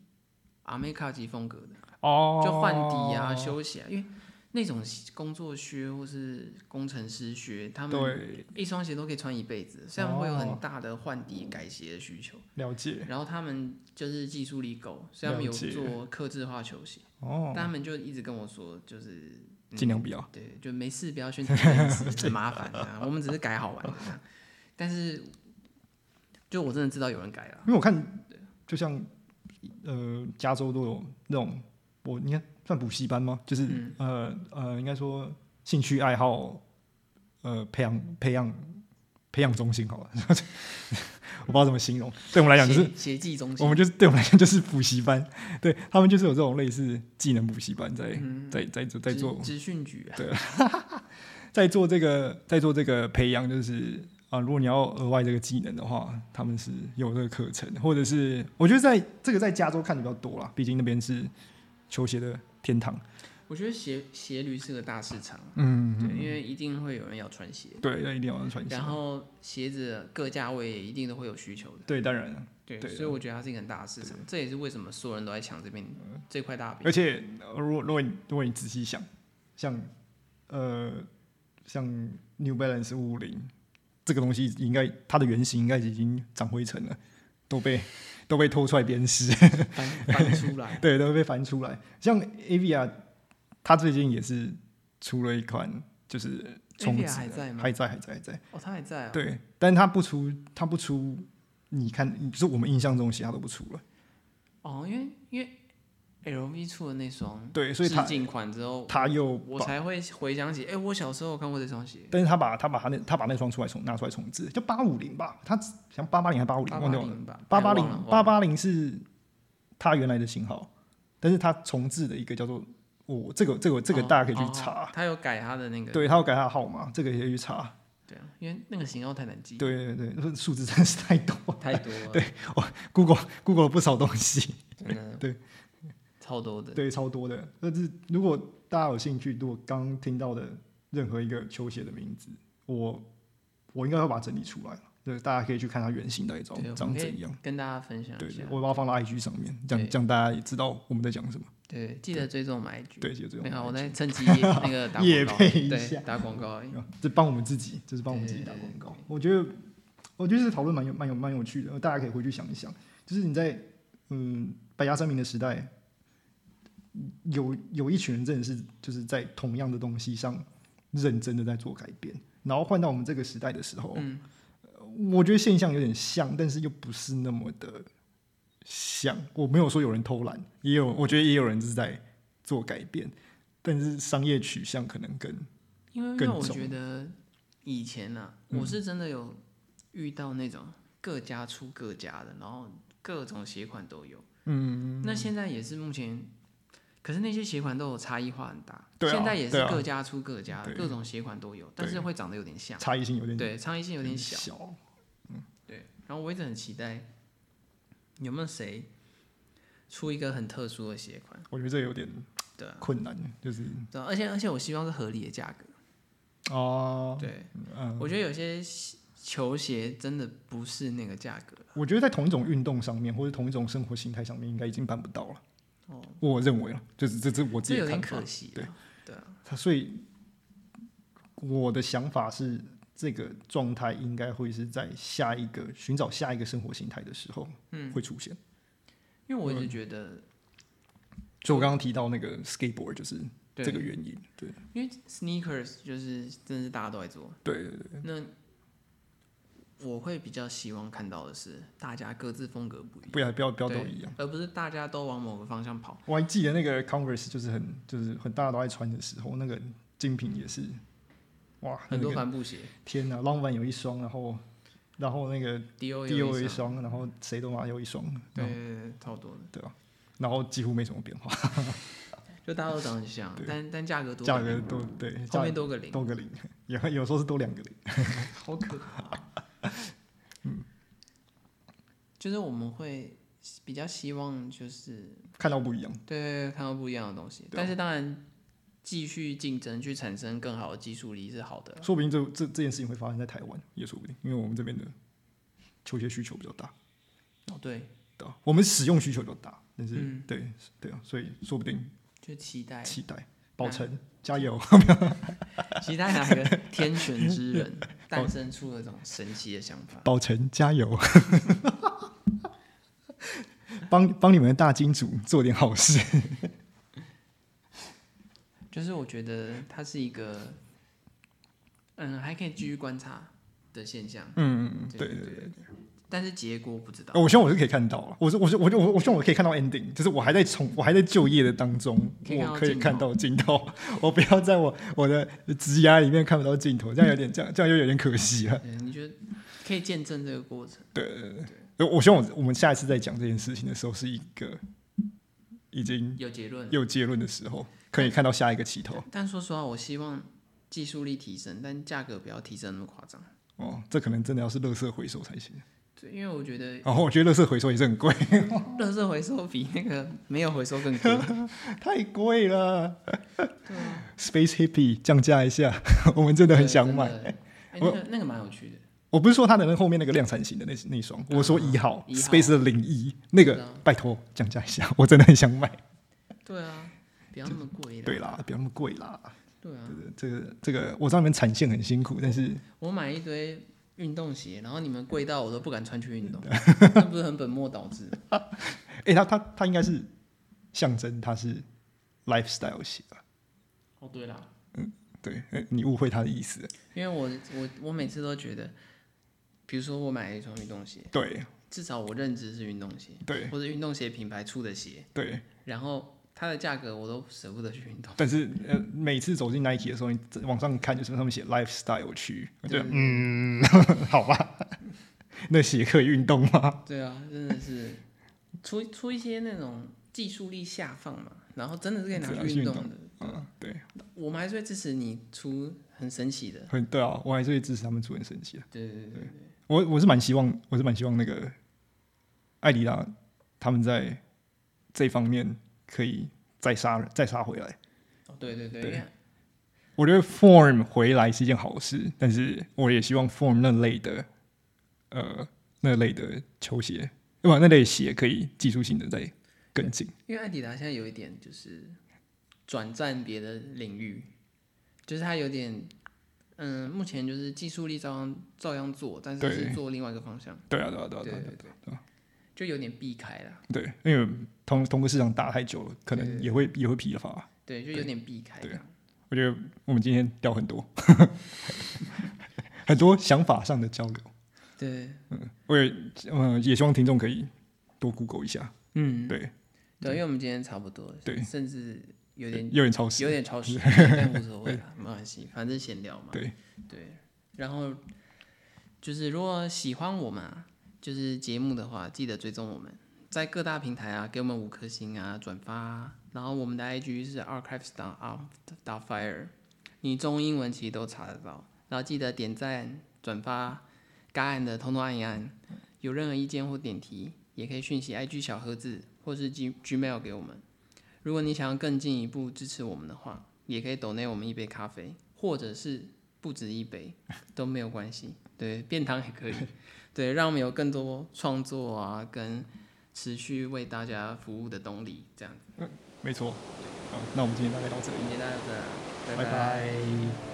阿美卡级风格的。哦，就换底啊、休息啊，因为那种工作靴或是工程师靴，他们对，哦一双鞋都可以穿一辈子，虽然会有很大的换底改鞋的需求。了解然后他们就是技术力够，所以他们有了解做克制化球鞋，哦但，他们就一直跟我说，就是尽量不要。对，就没事不要宣传这件事， <laughs> 很麻烦啊。我们只是改好玩、啊，但是就我真的知道有人改了，因为我看，就像呃，加州都有那种，我应该算补习班吗？就是、呃呃，应该说兴趣爱好，呃，培养培养培养中心好了， <laughs> 我不知道怎么形容。对我们来讲，就是鞋鞋技中我心们就是对我们来讲就是补习班，对他们就是有这种类似技能补习班在、在在在在职做职训局啊， <laughs> 在做这个在做这个培养，就是啊、如果你要额外这个技能的话，他们是有这个课程，或者是我觉得在这个在加州看的比较多啦，毕竟那边是球鞋的天堂。我觉得鞋鞋履是个大市场，嗯，对，因为一定会有人要穿鞋，对，那一定要穿鞋然。后鞋子各价位也一定都会有需求的，对，当然，对，对所以我觉得它是一个很大的市场，这也是为什么所有人都在抢这边这块大饼嗯而。且呃如果如果你如果你仔细想，像呃像 New Balance 五五零这个东西，应该它的原型应该已经长灰尘了，都被都被拖出来鞭尸。翻翻出来， <laughs> 对，都会被翻出来。像 Avia，它最近也是出了一款，就是重置 Avia 还的在吗还在，还在，还在。哦，它还在、哦。对，但它不出，它不出，你看，就是我们印象中其他都不出了。哦，因为因为 LV 出的那双对，所以它试镜款之后，它又我把，才会回想起，哎、我小时候有看过这双鞋，但是它把它把它那它把那双出来重拿出来重置，就八五零吧，它像八八零还八五零，八忘八掉了。零吧，八哎八忘了零忘八了八零是它原来的型号，但是它重置的一个叫做我、这个这个这个哦大家可以去哦哦查。他有改他的那个，对，它要改它的号码，这个也可以去查。对啊，因为那个型号太难记，对对对，数字真的是太多 <laughs> 太多了， ，Google Google 了不少东西，真的对，超多的。对，超多的。但是如果大家有兴趣，如果刚刚听到的任何一个球鞋的名字，我我应该会把它整理出来，就是大家可以去看它原型到底长对，我长们可怎以样。跟大家分享对一，下。我把它放到 IG 上面，这样对这样大家也知道我们在讲什么。对，记得追踪我们 IG。对，就这没有，我种。在趁机那个 <laughs> 打广业告，配一对下， <laughs> 打广告而已。这帮我们自己，这是帮我们自己打广告。我觉得我觉得这个讨论蛮有蛮有蛮有趣的，大家可以回去想一想。就是你在嗯百家争鸣的时代，有有一群人真的是就是在同样的东西上认真的在做改变，然后换到我们这个时代的时候，嗯呃我觉得现象有点像，但是又不是那么的像。我没有说有人偷懒，也有我觉得也有人是在做改变，但是商业取向可能跟因为因为更嗯我重觉得以前啊，我是真的有遇到那种各家出各家的，然后各种鞋款都有。嗯，那现在也是目前，可是那些鞋款都有差异化很大。对啊现在也对是啊各家出各家，对各种鞋款都有，但是会长得有点像，差异性有点对，差异性有点小。小。对，然后我一直很期待有没有谁出一个很特殊的鞋款，我觉得这有点对啊困难，就是对啊，而且而且我希望是合理的价格，哦，对。嗯，我觉得有些鞋球鞋真的不是那个价格。我觉得在同一种运动上面，或者同一种生活形态上面，应该已经办不到了。哦，我认为了，就是这这我自这己有的点看法可。惜对了。对啊，它所以我的想法是，这个状态应该会是在下一个寻找下一个生活形态的时候，嗯，会出现。因为我一直觉得，就我刚刚提到那个 skateboard，就是对这个原因。对因为 sneakers 就是真的是大家都在做。对对对，那我会比较希望看到的是，大家各自风格不一样，不要不要不要都对一样。，而不是大家都往某个方向跑。我还记得那个 Converse 就是很就是很大家都爱穿的时候，那个精品也是，哇，很多那个帆布鞋天哪，Long Man 有一双，然后然后那个，Dior 也 D O 有一一双，双，然后谁都马有一双，对对对，超多的，然后几乎没什么变化，就大家都长得很像对，但但价格多，价格都对，后价面格多个零，多个零， <laughs> 有有时候是多两个零，好可怕。<laughs> 嗯嗯，就是我们会比较希望，就是看到不一样，对看到不一样的东西，对啊但是当然继续竞争去产生更好的技术力是好的啦。说不定这这这件事情会发生在台湾，也说不定，因为我们这边的球鞋需求比较大，哦，对，对吧？我们使用需求比较大，但是、嗯对对啊，所以说不定就 <laughs> 期待期待保存加油，期待哪个天选 <laughs> 之人哦诞生出了这种神奇的想法。保存加油。 <laughs> 帮帮你们的大金主做点好事，就是我觉得它是一个，嗯，还可以继续观察的现象，嗯，对对对对对但是结果不知道。呃我希望我是可以看到了，我是我是我就我我希望我可以看到 ending，就是我还在从我还在就业的当中，可以看到我可以尽看到尽头，我不要在我我的职涯里面看不到尽头，这样有点这样这样又有点可惜了。对，你觉得可以见证这个过程。呃我希望我我们下一次在讲这件事情的时候，是一个已经有结论。有结论的时候，可以看到下一个起头。但说实话，我希望技术力提升，但价格不要提升那么夸张。哦，这可能真的要是垃圾回收才行。哦对，因为我觉得然后我觉得垃圾回收也是很贵，垃圾回收比那个没有回收更贵。太贵了。 <laughs> 对啊， Space Hippie 降价一下， <laughs> 我们真的很想买。对。真的哎，那个那个蛮有趣的，我不是说它的那后面那个量产型的那那一双，我说一号、啊一号 Space 的零一那知个道，拜托降价一下， <laughs> 我真的很想买。对啊，不要那么贵的。对啦，不要那么贵啦。对啊这，个这个这个，我知道你们产线很辛苦，但是我买一堆运动鞋，然后你们贵到我都不敢穿去 <laughs> 运动，那不是很本末倒置？哎、它它它应该是象征它是 lifestyle 鞋吧？哦，对啦，对，诶你误会它的意思了。因为我我我每次都觉得，比如说我买了一双运动鞋，对至少我认知是运动鞋，对或者运动鞋品牌出的鞋，对，然后它的价格我都舍不得去运动。但是呃，每次走进 Nike 的时候，你往上看就是他们写 lifestyle 区，我就嗯，好吧， <laughs> 那鞋可以运动吗？ <laughs> 对啊，真的是 <laughs> 出出一些那种技术力下放嘛，然后真的是可以拿对啊去运动的。嗯，对。我们还是会支持你出很神奇的。很对啊，我还是会支持他们出人神奇的。对对对对，我我是蛮希望，我是蛮希望那个艾迪达他们在这方面可以再杀人，再杀回来。哦对对对，对因为我觉得 form 回来是一件好事，但是我也希望 form 那类的，呃，那类的球鞋，对吧？那类鞋可以技术性的再跟进。因为艾迪达现在有一点就是转战别的领域，就是它有点嗯、嗯，目前就是技术力照样照样做，但是对是做另外一个方向，对啊，对啊，对啊，对对啊对对，就有点避开了，对，因为同同个市场打太久了，可能也会也会疲乏。对，就有点避开这对样。我觉得我们今天聊很多， <laughs> 很多想法上的交流。对，我也嗯、也希望听众可以多 Google 一下，嗯，对对，因为我们今天差不多了，对甚至有点有点超时。有点超 <laughs> 时，但无所谓啊啦，没关系，反正闲聊嘛。对对，然后就是如果喜欢我们、啊、就是节目的话，记得追踪我们，在各大平台啊给我们五颗星啊转发啊，然后我们的 IG 是 archives 打 up 打 fire，你中英文其实都查得到，然后记得点赞转发，该按的通通按一按，有任何意见或点题也可以讯息 IG 小盒子或是 G Gmail 给我们。如果你想要更进一步支持我们的话，也可以 donate 我们一杯咖啡，或者是不止一杯都没有关系。对，便当也可以。对，让我们有更多创作啊，跟持续为大家服务的动力。这样子，没错。好，那我们今天大概到这里，今天大家到这儿啊拜拜拜